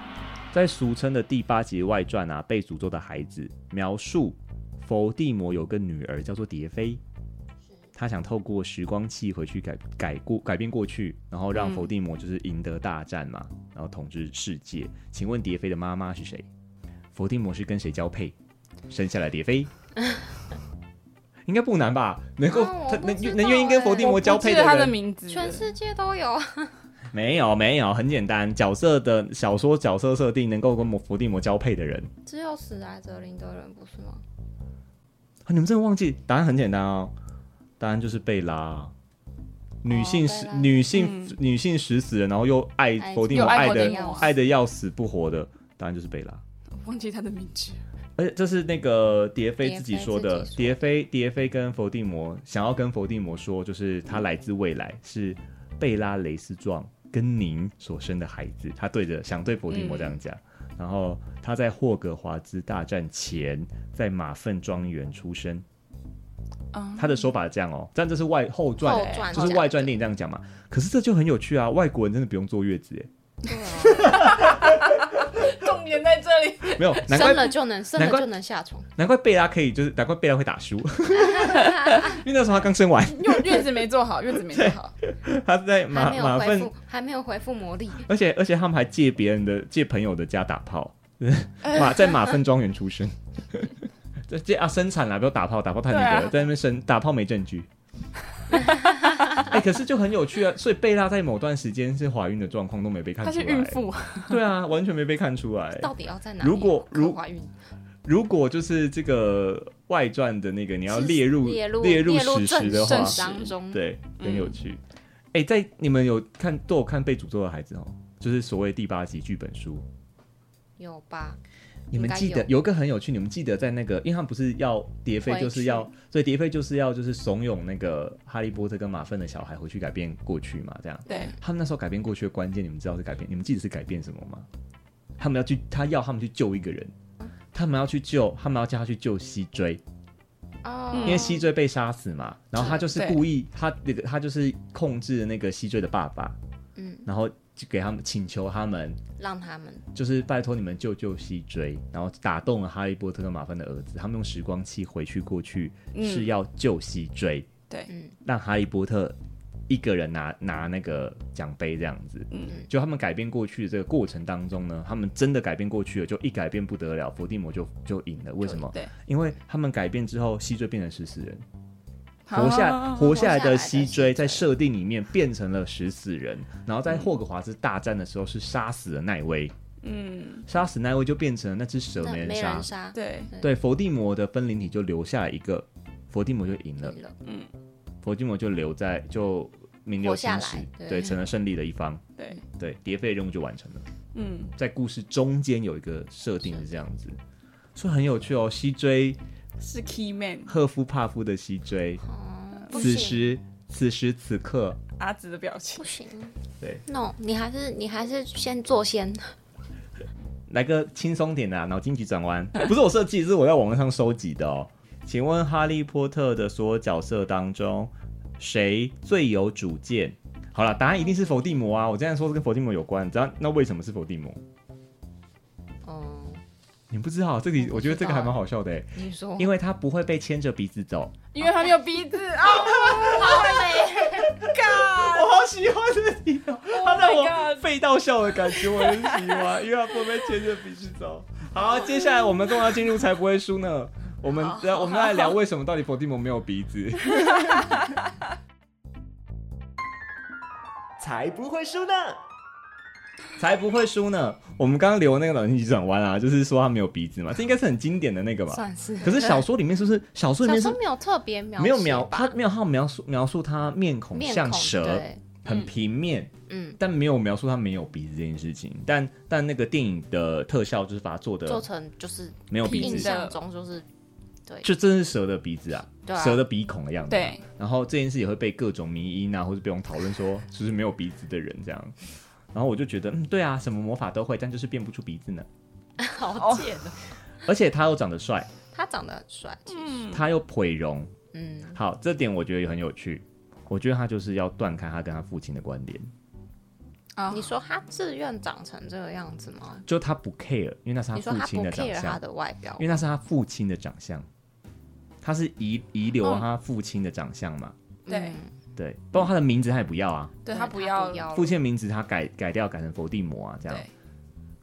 在俗称的第八集外传啊，被诅咒的孩子描述。伏地魔有个女儿叫做蝶妃，他想透过时光器回去改改过改变过去，然后让伏地魔就是赢得大战嘛，然后统治世界。请问蝶飞的妈妈是谁？伏地魔是跟谁交配生下来蝶飞？ 应该不难吧？能够、哦啊我他不能知能愿意跟道伏欸地我魔交我记配得的他的人名字了，全世界都有， 没有没有，很简单，角色的小说角色设定能够跟魔伏地魔交配的人，只有史莱哲林的人不是吗？啊你们真的忘记？答案很简单哦，答案就是贝拉，女性贝食、拉女性、女性食死人，然后又哦爱爱伏地魔又爱爱伏的地魔爱的要死不活的，答案就是贝拉。我忘记他的名字。 而且这是那个蝶飞蝶自己飞说自的己，说蝶飞蝶飞跟伏地魔想要跟伏地魔说，就是他来自未来，是贝拉雷斯壮跟您所生的孩子。他对着想对伏地魔这样讲，嗯然后他在霍格华兹大战前在马粪庄园出生。嗯，他的说法是这样哦，但这是外后传，后传就是讲外的传电影这样讲嘛。可是这就很有趣啊，外国人真的不用坐月子哎，对重点在这 里。没有，啊， 难怪生了就能生难了怪就能下床，难怪贝拉可以，就是难怪贝拉会打输， 因为那时候他刚生 完。因为我月子没做好，月子没做好。他在还马没马有恢粪复，，还没有恢复魔力，而且而且他们还借别人的借朋友的家打 炮，马在马粪庄园出生， 这这啊生产啦，不要打炮，打炮太那个，对啊在那边生打炮没证据。 哎、可是就很有趣啊！所以贝拉在某段时间是怀孕的状况都没 被看她出是来，孕妇，对啊，完全没被看出来。 到底要在哪里？如果如怀孕，如果就是这个外传的那个你要是列入列入入列入史实正的话正，史当中对，很嗯有趣。哎、在你们有看都有看《被诅咒的孩子》哦，就是所谓第八集剧本书，有吧？你们记应该得有有一个很有趣，你们记得在那个，因为他们不是要蝶飞，回就是要，所以蝶飞就是要就是怂恿那个哈利波特跟马粪的小孩回去改变过去嘛，这样。对，他们那时候改变过去的关键，你们知道是改变，你们记得是改变什么吗？他们要去，他要他们去救一个人，嗯他们要去救，他们要叫他去救西追，哦，嗯因为西追被杀死嘛，然后他就是对故意，他那个他就是控制那个西追的爸爸，嗯，然后就给他们请求他们让他们就是拜托你们救救西追，然后打动了哈利波特跟马芬的儿子，他们用时光器回去过去、嗯是要救西追，对嗯，让哈利波特一个人拿拿那个奖杯这样子。嗯就他们改变过去的这个过程当中呢，他们真的改变过去了，就一改变不得了，伏地魔就就赢了。为什么？对，因为他们改变之后，西追变成食死人，好活下哦活下来活下来的的西西追追在设定里面变成了食死人，然后在霍格华兹大战的时候是杀死了奈威。嗯，杀死奈威就变成了那只蛇那没人没杀人，杀，对，对，伏地魔的分灵体就留下一个，伏地魔就赢了赢，了，伏地魔就留在就名留活下青来史，对对，成了胜利的一方，对，对，蝶飞的任务就完成了。嗯，在故事中间有一个设定是这样子，所以很有趣哦。西追是 key man 赫夫帕夫的西追，哦，不此行时此时此刻，阿紫的表情不，行对， ，no，你还是你还是先做先，来个轻松点的、啊，脑筋急转弯， 不是我设计，是我在网络上收集的哦。请问《哈利波特》的所有角色当中，谁最有主见？好了，答案一定是伏地魔啊！我这样说是跟伏地魔有关，知道那为什么是伏地魔？哦，你不知道这我不知里，道哦我觉得这个还蛮好笑的欸，你说，因为他不会被牵着鼻子走。因为他没有鼻 子啊， 我好喜欢这里哦，他让 my 我 God 废到笑的感觉，我很喜欢，因为他不会被牵着鼻子走。好，接下来我们干嘛进入才不会输呢？我们我们来聊为什么到底伏地魔没有鼻子。 才不会输呢！才不会输呢！我们刚刚留那个脑筋急转弯啊，就是说他没有鼻子嘛，这应该是很经典的那个吧？ 算是，可是小说里面是不是小说里小面说是没有特别描没有写描吧他没有他有描述描述他面孔面像孔蛇，对很平面，嗯，但没有描述他没有鼻子这件事情。但但那个电影的特效就是把它做做的成就是没有鼻印平子，的象中就是对，就真是蛇的鼻子啊，对啊蛇的鼻孔的样子啊、对然后这件事也会被各种迷因啊，或者被我们讨论说，就是没有鼻子的人这样。然后我就觉得，嗯，对啊，什么魔法都会，但就是变不出鼻子呢。好贱的，而且他又长得帅，他长得很帅，其实，他又毁容，嗯，好，这点我觉得也很有趣。我觉得他就是要断开他跟他父亲的关联，哦啊你，说他自愿长成这个样子吗？就他不 care，因为那是他你说父他不亲的长 care 他相，的外表因为那是他父亲的长相，他是遗遗留哦他父亲的长相嘛，对嗯对，包括他的名字他也不要啊，对对他不要，了父亲的名字他改改掉，改成伏地魔啊，这样对。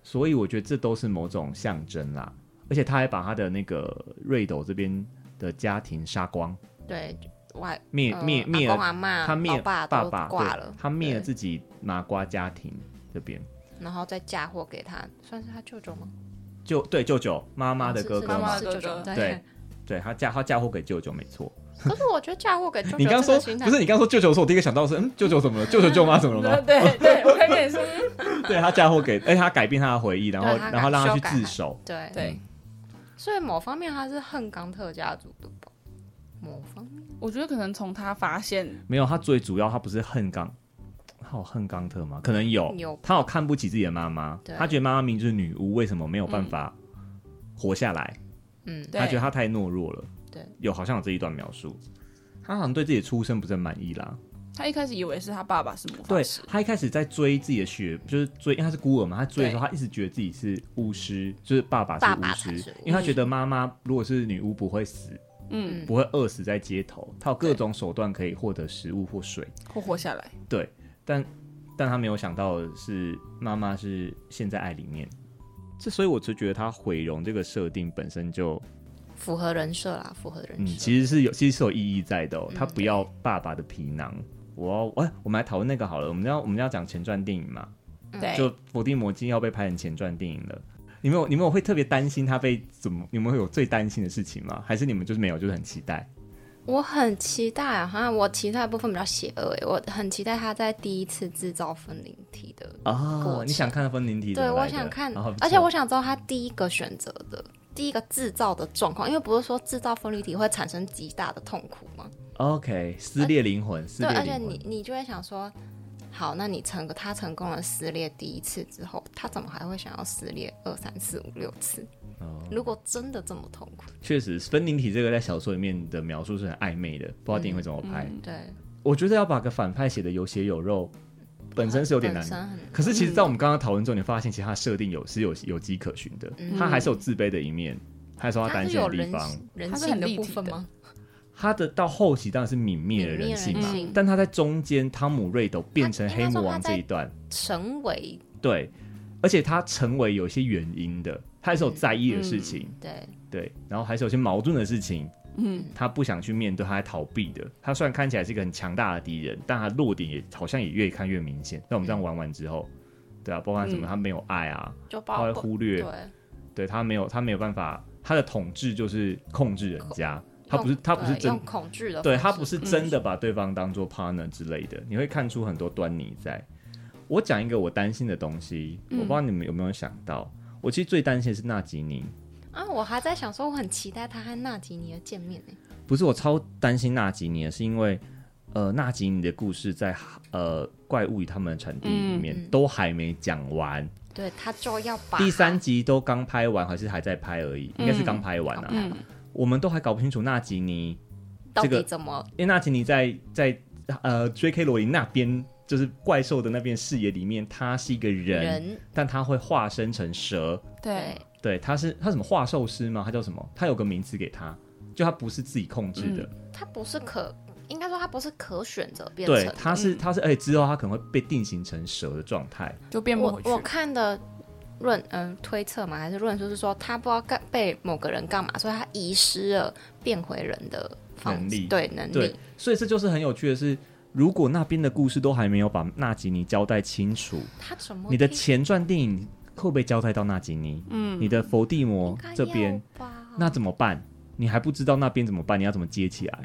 所以我觉得这都是某种象征啦，而且他还把他的那个瑞斗这边的家庭杀光，对，外灭呃灭灭阿公了，阿妈，他灭老爸爸都爸挂对了，他灭了对自己麻瓜家庭这边，然后再嫁祸给他，算是他舅舅吗？舅对舅舅妈妈的嗯是哥是哥妈嘛妈，是的哥舅舅哥对。对他嫁他嫁祸给舅舅没错。可是我觉得嫁祸给舅舅，你刚刚说不是？你刚刚说舅舅的时候，我第一个想到的是嗯舅舅怎么了？舅舅舅妈怎 么了吗啊对？对对，我可以跟你说，对他嫁祸给，哎，他改变他的回忆，然后对啊他改然后让他去修改自首。嗯对对，所以某方面他是恨冈特家族的吧？某方面我觉得可能从他发现，没有，他最主要他不是恨冈，他有恨冈特吗？可能有，有他有看不起自己的妈妈，对他觉得妈妈明明就是女巫，为什么没有办法活下来？嗯，对他觉得他太懦弱了。对，有好像有这一段描述，他好像对自己的出身不是很满意啦。他一开始以为是他爸爸是魔法对师，他一开始在追自己的学，就是追，因为他是孤儿嘛，他追的时候，对他一直觉得自己是巫师，就是爸爸是爸巫爸师，才是嗯巫师因为他觉得妈妈如果是女巫不会死，嗯，不会饿死在街头，他有各种手段可以获得食物或水。或活下来，对，但但他没有想到的是妈妈是陷在爱里面，这所以我就觉得他毁容这个设定本身就，符合人设啦，符合人设。嗯，其实是有其实是有意义在的、嗯哦，他不要爸爸的皮囊。我要哎，我们来讨论那个好了，我们要我们要讲前传电影嘛，嗯对，哎就《伏地魔今要被拍成前传电影了。你们有你们有会特别担心他被怎么？你们会有最担心的事情吗？还是你们就是没有，就是很期待？我很期待啊，哈，我期待的部分比较邪恶诶，我很期待他在第一次制造分灵体的，过啊，程你想看分灵体怎对么来的？我想看然后，哦不而且错我想知道他第一个选择的第一个制造的状况，因为不是说制造分离体会产生极大的痛苦吗？ OK 撕裂灵魂，撕对，裂而且灵魂你。你就会想说，好，那你成功他成功了撕裂第一次之后，他怎么还会想要撕裂二三四五六次？哦如果真的这么痛苦，确实，分灵体这个在小说里面的描述是很暧昧的，不知道电影会怎么拍。对，我觉得要把个反派写的有血有肉，本身是有点本难。身嗯很可是其实，在我们刚刚讨论中，你发现其实他设定有是有有迹可循的，他还是有自卑的一面，还是有他嗯他担是心有的地人方。人他是性很的立部体分的吗？他的到后期当然是泯灭了人性嘛，泯灭人性但他在中间，汤姆瑞斗变成他黑魔王应该说他在这一段，成为对，而且他成为有一些原因的，他还是有在意的事情。对对，然后还是有些矛盾的事情，嗯，他不想去面对，他还逃避的。他虽然看起来是一个很强大的敌人，但他弱点也好像也越看越明显。那我们这样玩完之后，对啊，包括什么，嗯他没有爱啊，就包他会括忽略，对对他没有，他没有办法，他的统治就是控制人家，他不是用他不是对真用，恐惧的，嗯对他不是真的把对方当做 partner 之类的，你会看出很多端倪在。我讲一个我担心的东西，我嗯不知道你们有没有想到，我其实最担心的是纳吉尼。啊！我还在想说，我很期待他和纳吉尼的见面呢。不是我超担心纳吉尼的，是因为呃，纳吉尼的故事在呃怪物与他们的产地里面、嗯嗯都还没讲完，对他就要把第三集都刚拍完，还是还在拍而已，应该是刚拍完啊。嗯我们都还搞不清楚纳吉尼，到这底个怎么因为纳吉尼在在呃 J.K. 罗琳那边。就是怪兽的那边视野里面，他是一个人，人但他会化身成蛇。对，对，他是他什么化兽师吗？他叫什么？他有个名词给他，就他不是自己控制的，他不是可，应该说他不是可选择嗯变成嗯对的，他是他是，而且之后他可能会被定型成蛇的状态。就变不我回去我了，看的论嗯、推测嘛，还是论述是说他不知道干被某个人干嘛，所以他遗失了变回人的方能力对能对力，所以这就是很有趣的是，如果那边的故事都还没有把纳吉尼交代清楚，他怎么你的可以前传电影会不会交代到纳吉尼？嗯，你的伏地魔应该这边要吧那怎么办？你还不知道那边怎么办，你要怎么接起来？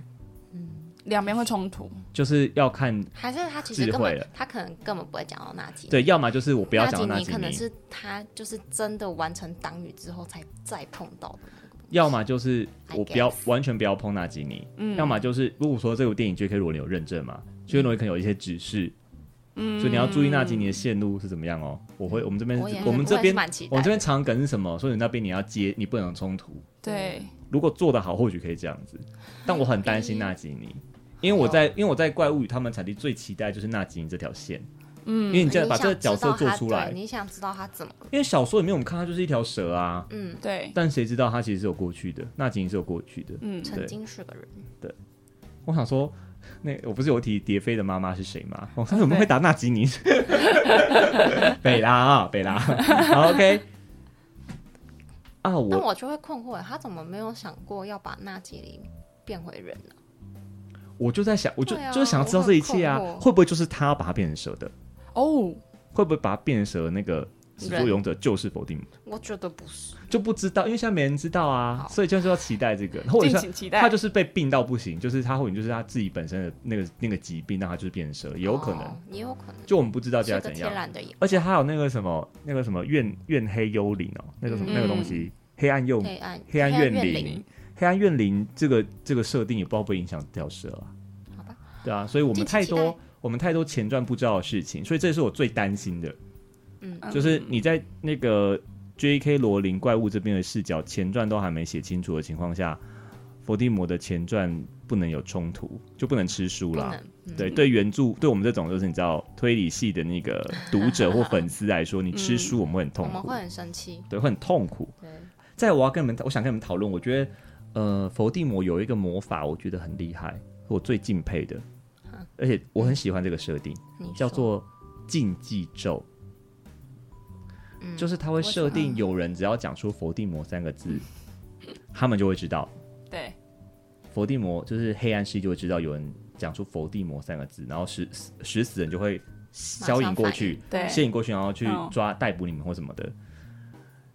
两边会冲突，嗯就是要看 还是他其实智根慧本了他可能根本不会讲到纳吉，，对，要么就是我不要纳讲到吉纳尼吉可能尼，是他就是真的完成党羽之后才再碰到的那个东西，要么就是我 I 不要 guess 完全不要碰纳吉尼，嗯，要么就是如果说这部电影 J.K. 罗琳有认证嘛，J.K. 嗯罗琳可能有一些指示，嗯，所以你要注意纳吉尼的线路是怎么样哦。我会我们这边我也我们我这也边是蛮期待的我们这边长梗是什么？所以你那边你要接，你不能冲突。对，如果做得好，或许可以这样子，但我很担心纳吉尼。因为我在，因为我在怪物与他们产地最期待就是纳吉尼这条线，嗯，因为你这样你把这个想知道角色做他出对来，你想知道他怎么了因为小说里面我们看它就是一条蛇啊，嗯。对，但谁知道它其实是有过去的，纳吉尼是有过去的，嗯，曾经是个人，我想说，那我不是有提蝶飞的妈妈是谁吗？我、哦、上次我们会打纳吉 尼，北拉啊，北拉。好，OK。啊，那我我就会困惑，他怎么没有想过要把纳吉林变回人呢、我就在想，我就、对啊就是想要知道这一切啊我很困惑，会不会就是他把它变成蛇的？哦，会不会把它变成蛇的那个始作俑者就是否定？我觉得不是，就不知道，因为现在没人知道啊，好所以就是要期待这个，或者敬是请期待。他就是被病到不行，就是他或者就是他自己本身的那个那个疾病让他就是变成蛇，也有可能。哦也有可能，就我们不知道是这要个怎天样，然的眼而且还有那个什么那个什么怨怨黑幽灵哦，那个什么、嗯那个东西，黑暗幽黑暗黑暗怨怨灵灵，黑暗怨灵这个这个设定也不知道会不会影响掉蛇啊。好吧，对啊，所以我们敬请太期待多我们太多前传不知道的事情，所以这是我最担心的。嗯，就是你在那个 J.K. 罗琳怪物这边的视角，前传都还没写清楚的情况下，伏地魔的前传不能有冲突，就不能吃书不啦。能，嗯对，对原著，对我们这种就是你知道推理系的那个读者或粉丝来说，你吃书我们会很嗯我痛们苦会，很生气，对，会很痛苦。对，再，我要跟你们，我想跟你们讨论，我觉得呃，伏地魔有一个魔法，我觉得很厉害，我最敬佩的，啊而且我很喜欢这个设定，你叫说做禁忌咒。嗯就是他会设定有人只要讲出伏地魔三个 字，他们就会知道对，伏地魔就是黑暗势力就会知道有人讲出伏地魔三个字，然后使使死人就会消引过去，反应对吸引过去，然后去嗯抓逮捕你们或什么的。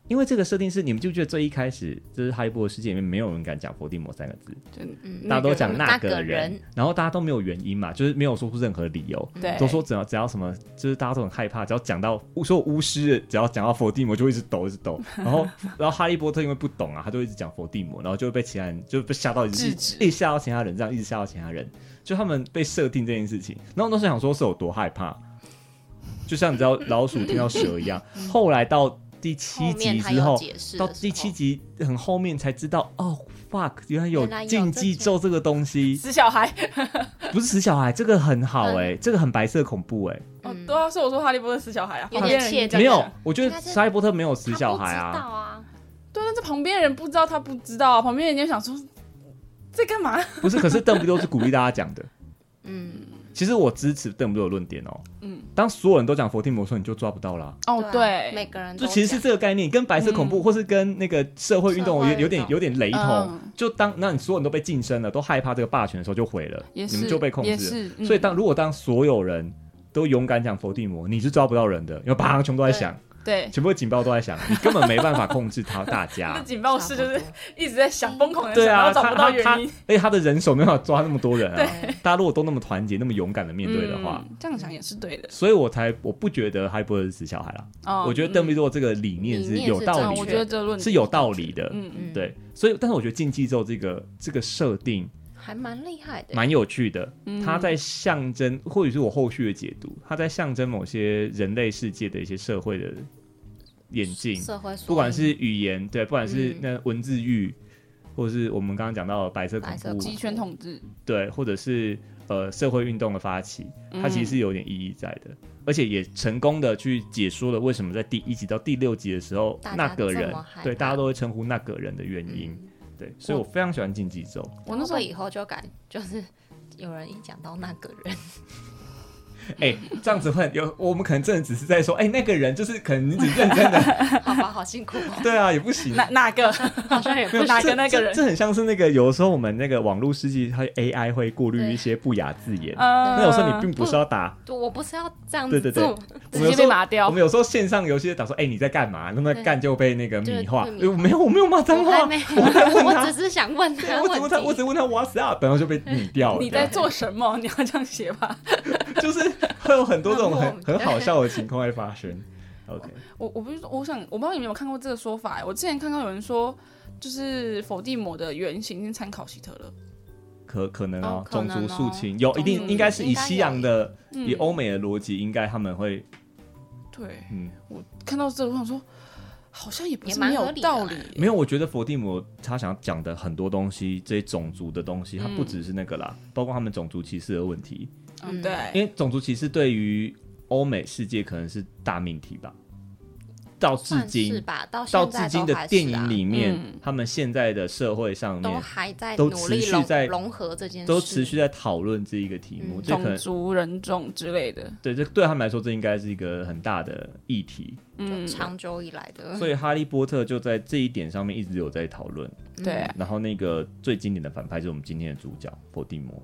因为这个设定是，你们就觉得最一开始就是哈利波特世界里面没有人敢讲伏地魔三个字，就嗯大家都讲那那个个人人，然后大家都没有原因嘛，就是没有说出任何理由，嗯对，都说只要只要什么，就是大家都很害怕，只要讲到巫说巫师，只要讲到伏地魔就会一直抖一直抖，然后然后哈利波特因为不懂啊，他就一直讲伏地魔，然后就会被其他人就被吓到一直，制一止直吓到其他人，这样一直吓到其他人，就他们被设定这件事情，然后那时候想说是有多害怕，就像你知道老鼠听到蛇一样，后来到第七后面集他之有后。解释到的时第七候集很后面才知道，哦，fuck，原来有原来有禁这忌件咒这个东 西，死小孩。嗯不是死小孩，这个很好哎、这个很白色恐怖哎、哦嗯，对啊，所以我说哈利波特死小孩啊，有旁边点人怯一这定样没子有讲，我觉得应该是哈利波特没有死他小不孩知啊道，啊，对，但是旁边人不知道，他不知道啊，旁边人就想说在干啊嘛？不是？可是邓布利多是鼓励大家讲的。嗯，其实我支持邓布利多的论点哦。嗯，当所有人都讲伏地魔的时候，你就抓不到啦。哦，对啊，每对，个人就都其实是讲这个概念，跟白色恐怖、或是跟那个社会运动社有会有点运动有点雷同嗯。就当那你所有人都被晋升了，都害怕这个霸权的时候，就毁了，也你是们就被控也制了。是，嗯所以当如果当所有人都勇敢讲伏地魔，你是抓不到人的，因为啪，全部都在响，对，全部的警报都在响，你根本没办法控制他大家。那警报差室不就是多一直在想疯狂的对想，啊，然后他找不到他哎原因。他而且他的人手没有办法抓那么多人啊。对大家如果都那么团结、那么勇敢的面对的话，嗯，这样想也是对的。所以我才我不觉得哈利波特是死小孩啦。哦，我觉得邓布利多这个理念是理念有是道嗯，理我正觉的，得这个论点是有道理的。嗯嗯，嗯，对，所以但是我觉得禁忌咒这个这个设定还蛮厉害的，蛮有趣的，嗯它在象征，或者是我后续的解读，它在象征某些人类世界的一些社会的演进，社会缩影，不管是语言，对，不管是嗯那文字狱，或者是我们刚刚讲到的白色恐白色怖恐，集权统治，对，或者是呃社会运动的发起，它嗯其实是有点意义在的，而且也成功的去解说了为什么在第一集到第六集的时候，大家那个这人么害怕对大家都会称呼那个人的原因。嗯，对，所以我非常喜欢竞技咒。我那时会不会候以后就改，就是有人一讲到那个人， 哎、这样子会很有，我们可能真的只是在说，哎、那个人就是可能你只认真的， 好吧，好辛苦哦，对啊，也不行。哪哪个 好像也不没有哪这个那个这人这很像是那个有时候我们那个网络世纪，它 AI 会过滤一些不雅字眼。嗯呃，那有时候你并不是要打就我不是要这样对子对做，对我们直有接时候被麻掉我们有时候线上游戏打说，哎、你在干嘛？那么对干就被那个米化。就哎就我没有，我没有骂脏我话还，没，问他我只是想问对他我只问他，我问只题，问他 What's up，然后就被米掉了。你在做什么？你要这样写吧。对就是会有很多这种很很莫很名好笑的情况会发生。OK，我我不是我想我不知道你们有没有看过这个说法、欸，我之前看到有人说，就是伏地魔的原型是参考希特勒，可可能哦哦，可种能族哦肃清有一种定，族应该是以应该西有洋的、嗯以欧美的逻辑，应该他们会对嗯，我看到这个我想说，好像也不也是蛮没有合理的啊道理啦欸、没有，我觉得伏地魔他想讲的很多东西，这些种族的东西，他不只是那个啦，包括他们种族歧视的问题。嗯，嗯对，因为种族歧视对于欧美世界可能是大命题吧，到至算今是吧，到到现至在今都的还电是啊影里面，嗯他们现在的社会上都面还在都努持力续融在融合这件事，都持续在讨论这一个题目，嗯这可种能族、人种之类的，对这对他们来说，这应该是一个很大的议题。就嗯，长久以来的。所以《哈利波特》就在这一点上面一直有在讨论。对啊，然后那个最经典的反派就是我们今天的主角伏地魔。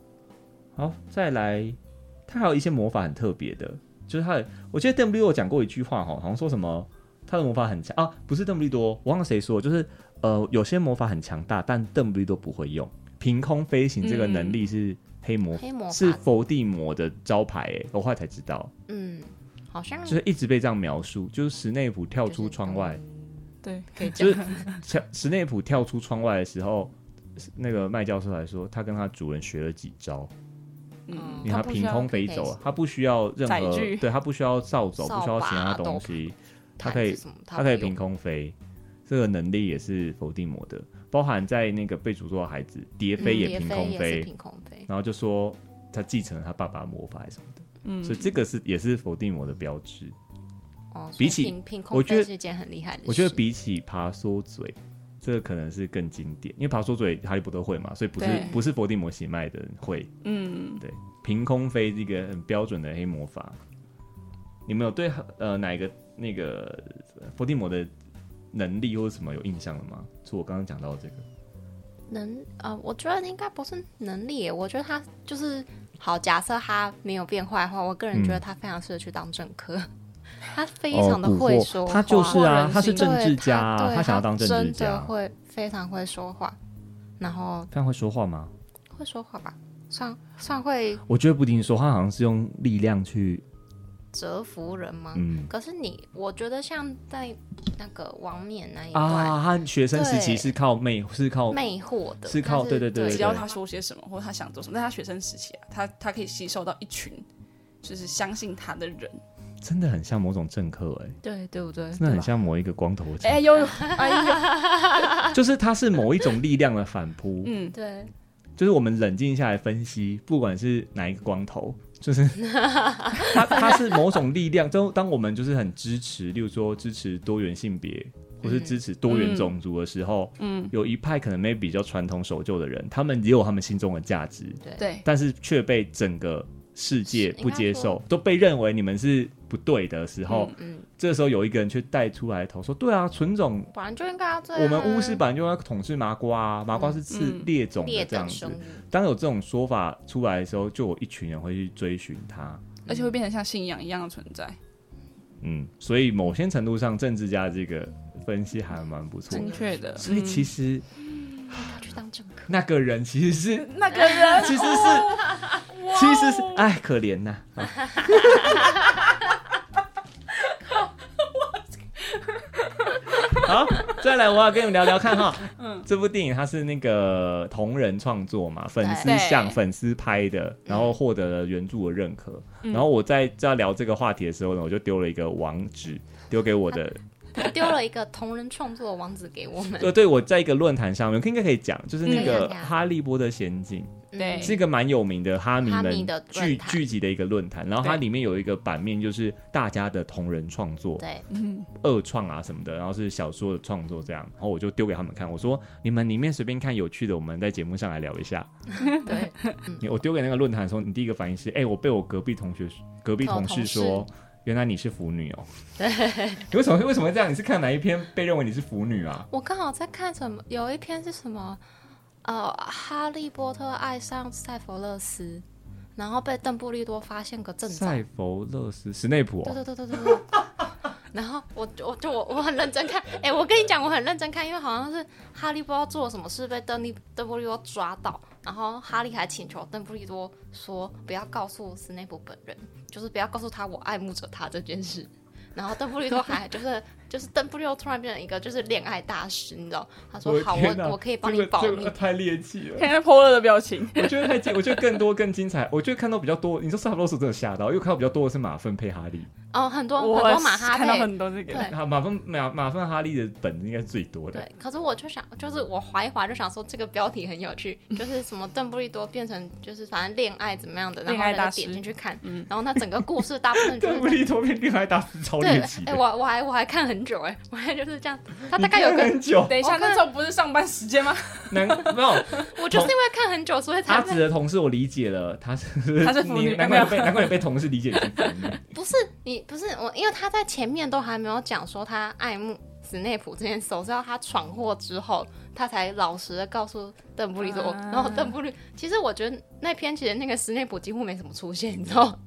好，再来，他还有一些魔法很特别的，就是他的，我记得邓布利多有讲过一句话哈，好像说什么他的魔法很强啊，不是邓布利多，我忘了谁说，就是呃有些魔法很强大，但邓布利多不会用。凭空飞行这个能力是黑魔、嗯黑魔法是伏地魔的招牌哎、我后来才知道，嗯，好像就是一直被这样描述，就是史内普跳出窗外，对，可以就讲是像史内普跳出窗外的时候，那个麦教授还说，他跟他主人学了几招，嗯因为他凭空飞他不需走啊要，他不需要任载何，具对他不需要扫帚，扫把不需要其他东西，他可以毯子什么，他可以不用凭空飞，这个能力也是伏地魔的，包含在那个被诅咒的孩子蝶飞嗯也凭空也飞，是凭空飞。然后就说他继承了他爸爸的魔法还是什么的，嗯，所以这个是也是伏地魔的标志。哦，比起所以凭凭我空觉飞得是一件很厉害的事。我觉得比起爬梭嘴，这个可能是更经典，因为爬梭嘴哈利波特会嘛，所以不是对不是伏地魔血脉的人会嗯，凭空飞这个很标准的黑魔法。你们有对呃哪一个那个伏地魔的能力或者什么有印象了吗？是我刚刚讲到的这个，能啊、我觉得应该不是能力耶，我觉得他就是好。假设他没有变坏的话，我个人觉得嗯哦他非常适合去当政客， 他非常的会说话，他就是啊，他是对政治家啊、他对他想要当政治真的家，啊会非常会说话，然后他会说话吗？会说话吧，算算会我觉得不一定说，他好像是用力量去，折服人吗？嗯可是你，我觉得像在那个王冕那一段啊，他学生时期嗯对是靠魅，是靠魅惑的，是靠但对对对只对要他说些什么或他想做什么，在他学生时期啊，他他可以吸收到一群就是相信他的人，真的很像某种政客哎、对对不嗯对？真的很像某一个光头强，哎呦， 哎呦，就是他是某一种力量的反扑。嗯，对，就是我们冷静下来分析，不管是哪一个光头，就是他他是某种力量。当当我们就是很支持，例如说支持多元性别，或是支持多元种族的时候，嗯嗯有一派可能 maybe 比较传统守旧的人，他们也有他们心中的价值，对，但是却被整个世界是不接受，都被认为你们是不对的时候，嗯，这时候有一个人却带出来头说：“对啊，纯种本来就应该要这样啊。我们巫师本来就要统治麻瓜、啊，麻瓜是是嗯劣种的劣这样等子。生物，当有这种说法出来的时候，就有一群人会去追寻它。而且会变成像信仰一样的存在，嗯，所以某些程度上，政治家这个分析还蛮不错精。确的，嗯所以其实啊要去当政客。那个人其实是，嗯那个人 其实是，其实是，哎，可怜呐、啊好，再来，我要跟你们聊聊看哈。嗯，这部电影它是那个同人创作嘛，粉丝向对粉丝拍的，然后获得了原著的认可。然后我在在聊这个话题的时候呢，我就丢了一个网址丢给我的他丢了一个同人创作网址给我们，呃对对，我在一个论坛上面应该可以讲，就是那可个以《啊哈利波特仙境》对嗯是一个蛮有名的哈迷哎哈迷们的聚论坛聚集的一个论坛，然后它对里面有一个版面就是大家的同人创作、对，嗯，二创啊什么的，然后是小说的创作这样，然后我就丢给他们看，我说你们里面随便看有趣的，我们在节目上来聊一下。对，你我丢给那个论坛的时候，你第一个反应是，哎、我被我隔壁同学隔壁哦同事同事说。原来你是腐女哦，你 为什么为什么会这样？你是看哪一篇被认为你是腐女啊？ 我刚好在看什么，有一篇是什么，呃，哈利波特爱上塞弗勒斯，然后被邓布利多发现个证照，塞弗勒斯史内普、哦，对对对对对 对。然后我我就我我很认真看，哎、我跟你讲，我很认真看，因为好像是哈利不知道做了什么事被邓利邓布利多抓到，然后哈利还请求邓布利多说不要告诉斯内普本人，就是不要告诉他我爱慕着他这件事。然后邓布利多 还就是就是邓布利多突然变成一个就是恋爱大师，你知道？他说的好，天哪我我可以帮这你个保这密个。太猎奇 了。看看 Polar 的表情，我觉得太精，我觉得更多更精彩。我觉得看到比较多，你说萨弗罗斯真的吓到，因为看到比较多的是马粪配哈利，哦，很多我很多马哈看到贝，很多这个，对啊，马粪马马粪哈利的本应该是最多的。对，可是我就想，就是我划一划就想说这个标题很有趣，就是什么邓布利多变成就是反正恋爱怎么样的，然恋后爱人大家师点进去看，然后那整个故事大部分就邓布 是利多变恋爱大师超对猎奇，哎、的，我我还我还看很很久哎、我现在就是这样，他你大概有看个很久，等一下，我看那时候不是上班时间吗？难没 有。我就是因为看很久，所以才阿会紫的同事我理解了，她是她是腐你女难怪你被难怪你被同事理解成腐女。不是你不是我，因为他在前面都还没有讲说他爱慕史内普这件事，我是要他闯祸之后，他才老实的告诉邓布利多。啊然后邓布利，其实我觉得那篇其实那个史内普几乎没什么出现，你知道吗，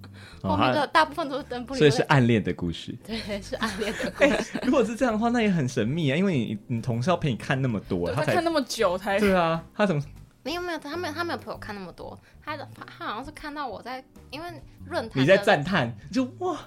后面的大部分都是邓布利哦所多以在。是暗恋的故 事。对，是暗恋的故哎、事。如果是这样的话，那也很神秘啊，因为你你你同事要陪你看那么多，啊对他他才看那么久才对啊，他怎么没有没有，他没有他没有陪我看那么多，他的他他好像是看到我在，因为论坛你在的赞叹就哇，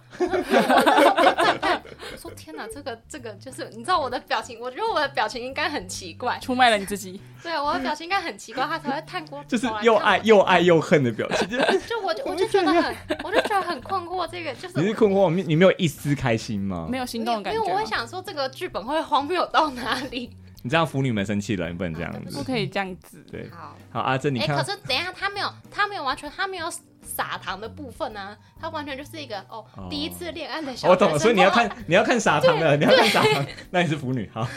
我说天哪，这个这个就是你知道我的表情，我觉得我的表情应该很奇怪，出卖了你自己。对，我的表情应该很奇怪，他才会探过就是头来又看爱我又爱又恨的表情， 就是就我就我就觉 得很，我就觉得很困惑，这个就是你是我困惑，你你没有一丝开心吗？没有心动的感因为因觉为我会吗，想说这个剧本会荒谬到哪里？你这样腐女们生气了，你不能这样不子。可以这样子。对，好，好，阿珍，你哎、看可，是等一下他没有，他没有完全，他没有撒糖的部分啊，他完全就是一个哦，哦第一次恋爱的小哦我懂了，学生所以你要哦看你要看傻糖了，你要看傻糖，那你是腐女，好，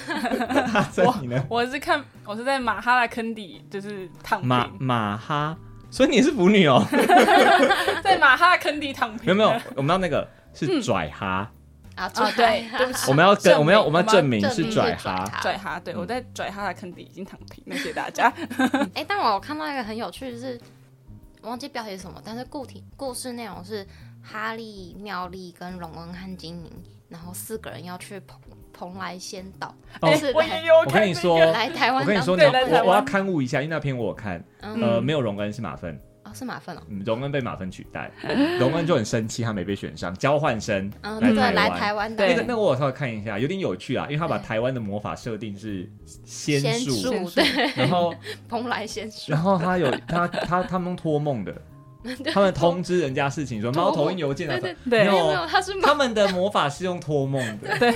阿珍你呢？我是看，我是在马哈拉坑底，就是躺马平，马哈，所以你是腐女哦，在马哈拉坑底躺平。有没有？我们要那个是拽哈，啊，啊，对，对不起，我们要证跟明我们要我们我们要要证明证是明拽哈哈，拽哈，对嗯哦我在拽哈拉坑底已经躺平了，谢谢大家。哎、但我有看到一个很有趣的是，我忘记标题是什么，但是故体故事内容是哈利、妙丽跟荣恩和精灵，然后四个人要去蓬蓬莱仙岛，哦就是我来也有我看跟你这个说来台湾我跟你当说，你对要来台我我要湾刊物一下，因为那篇我有看，嗯，呃，没有荣恩是马粪，哦是马粪哦，嗯荣恩被马粪取代，荣恩就很生气，他没被选上，交换生嗯，来对，台来湾台湾对那的个那个我有稍微看一下，有点有趣啊，因为他把对台湾的魔法设定是仙仙术，术，对，然后蓬莱仙术然，后他有他他他们托梦的，他们通知人家事情，说托猫梦头鹰邮件啊对，对，对 没没有有没有，他是马他们的魔法是用托梦的，对，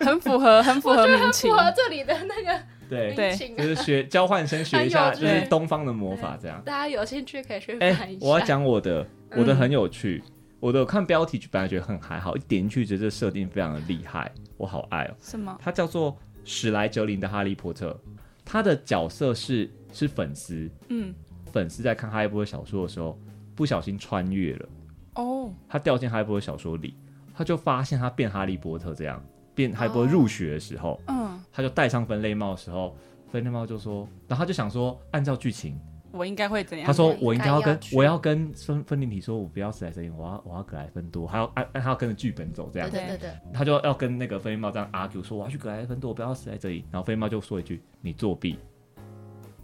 很符合，很符合民 情符。合这里的那个对，对民情就啊，是学交换生学一下，很就有趣是东方的魔法这样。大家有兴趣可以去哎、看一下。我要讲我的，我的嗯很有趣，我的我看标题本来觉得很还好，一点进去觉得这设定非常的厉害，我好爱哦。什么？它叫做史莱哲林的哈利波特，他的角色是是粉丝，嗯，粉丝在看哈利波特小说的时候不小心穿越了，哦，他掉进哈利波特小说里，他就发现他变哈利波特这样，变哈利波特哦入学的时候，嗯，他就戴上分类帽的时候。分类帽就说，然后他就想说，按照剧情，我应该会怎样？他说应该我应该要跟要去我要跟分分灵体说，我不要史莱哲林，我要我要格莱芬多，还要按按他要跟着剧本走这样对。对对对，他就要跟那个飞猫这样 argue 说我要去格莱芬多，我不要死在这里。然后飞猫就说一句你作弊，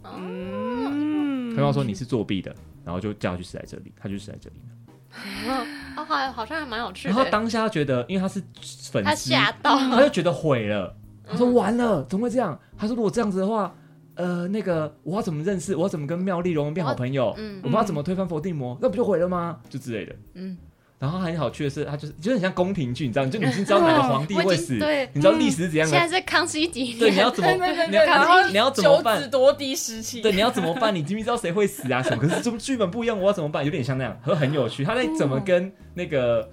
嗯，嗯飞猫说你是作弊的，然后就叫他去死在这里，他就死在这里了。哦，好像好像还蛮有趣然后的，当嗯下他觉得，因为他是粉他丝，吓到，他就觉得毁了，他说嗯完了，怎么会这样？他说如果这样子的话，呃，那个我要怎么认识？我要怎么跟妙丽、荣恩变好朋友？嗯我们要怎么推翻伏地魔？那不就毁了吗？就之类的。嗯，然后很有趣的是，他就是就是很像宫廷剧，你知道，你就你已经知道哪个皇帝哦我已会经死，对嗯你知道历史是怎样现的在是康熙几 对，年你要怎么，对对对你要对然后你要怎么九办子？夺嫡时期，对，你要怎么办？你知不知道谁会死啊？什么？可是这部剧本不一样，我要怎么办？有点像那样，很很有趣。他在怎么哦跟那个，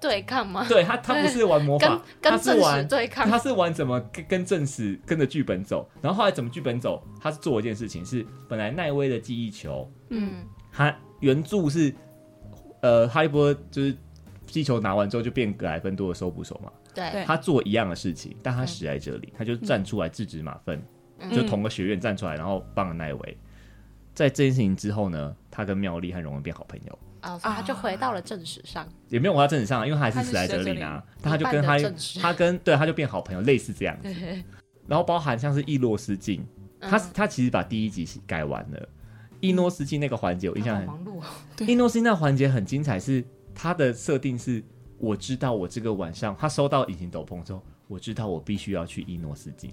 对抗吗？对他他不是玩魔跟法，他跟是正史玩对抗，他是玩怎么跟跟正史跟着剧本走，然后后来怎么剧本走，他是做一件事情，是本来奈威的记忆球，嗯，他原著是呃哈利波特就是记忆球拿完之后就变格莱芬多的搜捕手嘛，对对，他做一样的事情，但他死在这里，他就站出来制止马粪。嗯就同个学院站出来，然后帮了奈维。在这件事情之后呢，他跟妙丽和荣恩变好朋友，啊，所以他就回到了正史上，也没有回到正史上，因为他还他是是史莱哲林啊，但他就跟一他半的正史他跟对他就变好朋友，类似这样。对，然后包含像是伊洛斯镜，他嗯他其实把第一集改完了。伊诺斯镜那个环节我印象好很，忙碌哦，伊诺斯镜那环节很精彩，是他的设定是我知道我这个晚上他收到隐形斗篷之后，我知道我必须要去伊诺斯镜，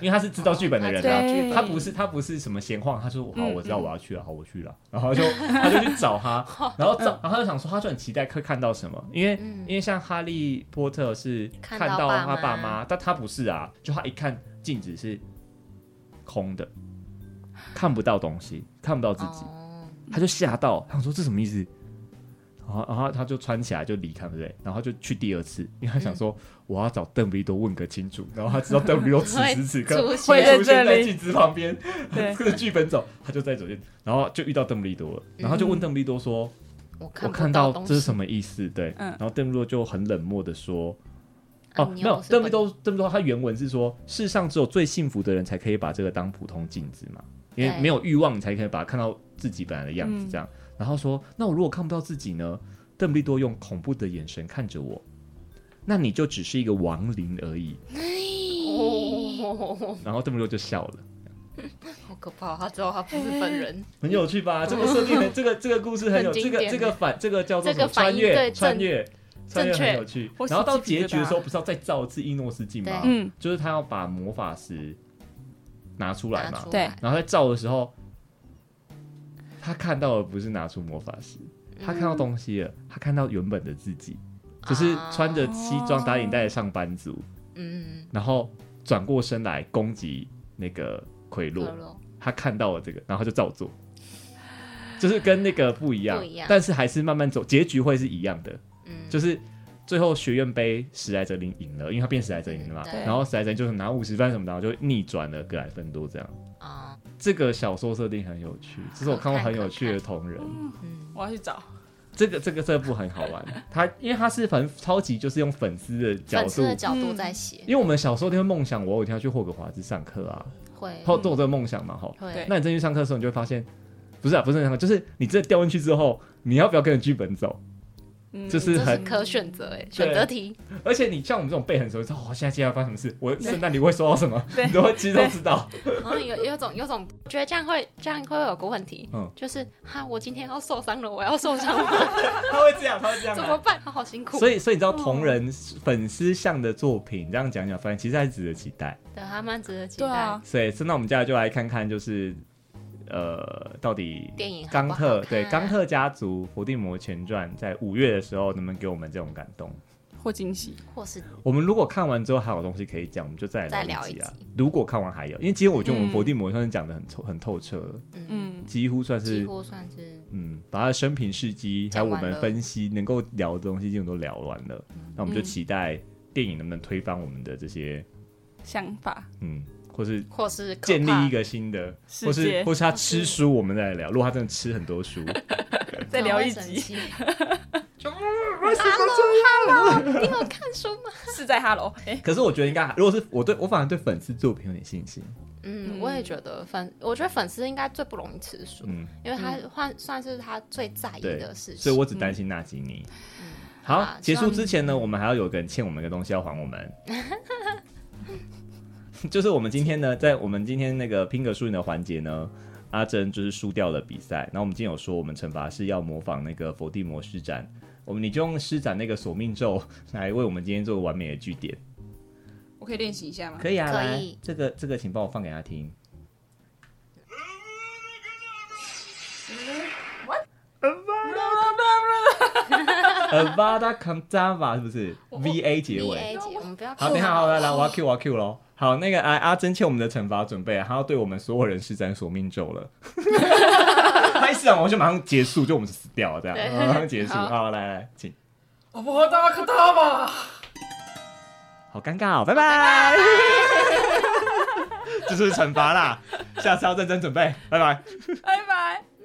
因为他是知道剧本的人啊，对他不是他不是什么闲晃，他说好，嗯我知道我要去了，好，我去了，然后他就他就去找他，然后找，然后他就想说，他就很期待会看到什么，因为嗯因为像哈利波特是看看到到爸他爸妈妈，但他不是啊，就他一看镜子是空的，看不到东西，看不到自己，哦他就吓到，他想说这什么意思？然后然后他就穿起来就离开，对不对？然后就去第二次，因为他想说、我要找邓布利多问个清楚。然后他知道邓布利多此时此刻会出现出会在这现在里镜子旁边，对这个剧本走，他就在左边，然后就遇到邓布利多了，然后就问邓布利多说：“我我看看不到东这是西，什么意思？”对，嗯然后邓布利多就很冷漠的说。啊哦，你没又有不，是邓布利笨多，邓布利多他原文是说，世上只有最幸福的人才可以把这个当普通镜子嘛，因为对没有欲望，你才可以把它看到自己本来的样子这样。然后说，那我如果看不到自己呢？邓布利多用恐怖的眼神看着我，那你就只是一个亡灵而已。哦，然后邓布利多就笑了。好可怕！他知道他不是本人，很有趣吧？这个设定 很，这个这个故事很有，很经这个典这个反，这个叫做这什个么？穿反应对越，正穿越，穿越正确很有趣。我然后到起鸡皮疙瘩结局的时候，不是要再造一次伊诺斯镜吗？对嗯，就是他要把魔法石拿出来拿嘛出，对来，然后在照的时候，他看到的不是拿出魔法石，嗯他看到东西了，他看到原本的自己，就是啊穿着西装打领带的上班族，嗯，然后转过身来攻击那个奎洛克，洛他看到了这个，然后他就照做，就是跟那个不一样，不一样但是还是慢慢走，结局会是一样的，嗯，就是最后学院杯史莱哲林赢了，因为他变史莱哲林了嘛嗯，对然后史莱哲林就是拿五十分什么的，然后就逆转了格莱芬多这样。啊，这个小说设定很有趣，这是我看过很有趣的同人。嗯，我要去找。这个这个这部很好玩，它因为它是很超级，就是用粉丝的角粉度丝，的角度嗯在写，因为我们小时候都会梦想，我有一天要去霍格华兹上课啊，会后都有这个梦想嘛，哈。会对那你真去上课的时候，你就会发现，不是啊，不是那个，就是你真的掉进去之后，你要不要跟着剧本走？嗯就是这是很可选择哎，选择题，而且你像我们这种背很熟，知道哦，现在接下来发生什么事，我圣诞礼物会收到什么，对你都会其实都知道。然后有有种有种觉得这样会这样会有个问题嗯，就是哈，我今天要受伤了，我要受伤了， 他会这样，他会这样啊怎么办？他好辛苦，嗯所以，所以你知道同人粉丝向的作品，这样讲讲，反正其实还是值得期待。对，他蛮值得期对待啊，，所以，那我们接下来就来看看，就是呃，到底电影好不冈好特对看冈特家族《伏地魔前传》在五月的时候，能不能给我们这种感动？或惊喜，或是我们如果看完之后还有东西可以讲，我们就再再来聊一集啊一集。如果看完还有，因为今天我觉得我嗯们佛地魔算是讲的很透很透彻了，嗯，嗯，几乎算几是乎算是嗯，把他的生平事迹还有讲我完了们分析能够聊的东西，基本都聊完了。那我们就嗯期待电影能不能推翻我们的这些想法嗯，或是或是可建怕立一个新的，世或是界或是他吃书，我们再来聊。如果他真的吃很多 书，再聊一他会生集，气。Hello，Hello，你有看书吗？是在 Hello，哎，可是我觉得应该，如果是我对我反而对粉丝作品有点信心。嗯，嗯我也觉得粉，我觉得粉丝应该最不容易吃书，嗯，因为他换算是他最在意对的事情。嗯所以我只担心纳吉尼。好好啦，结希束望之前呢，我们还要有个人欠我们一个东西要还我们。 就是我们今天呢，在我们今天那个拼个输赢的环节呢，阿珍就是输掉了比赛。然后我们今天有说，我们惩罚是要模仿那个伏地魔施展，我们你就用施展那个索命咒来为我们今天做个完美的据点。我可以练习一下吗？可以啊，可来以，这个这个，请帮我放给他听。Avada Kedavra 是不是 V A 结 V 尾？ A 姐，我们不要好，哭等一下，好，来来，我要 Q，我要 Q 喽。好，那个阿阿珍欠我们的惩罚准备了，她要对我们所有人施展索命咒了。 她一施展完我就马上结束，就我们死掉了这样，对马上结束。好好，来来，请。我哦不会大可大吧？好尴尬哦，拜拜。 这是惩罚啦，下次要认真准备，拜拜。拜拜。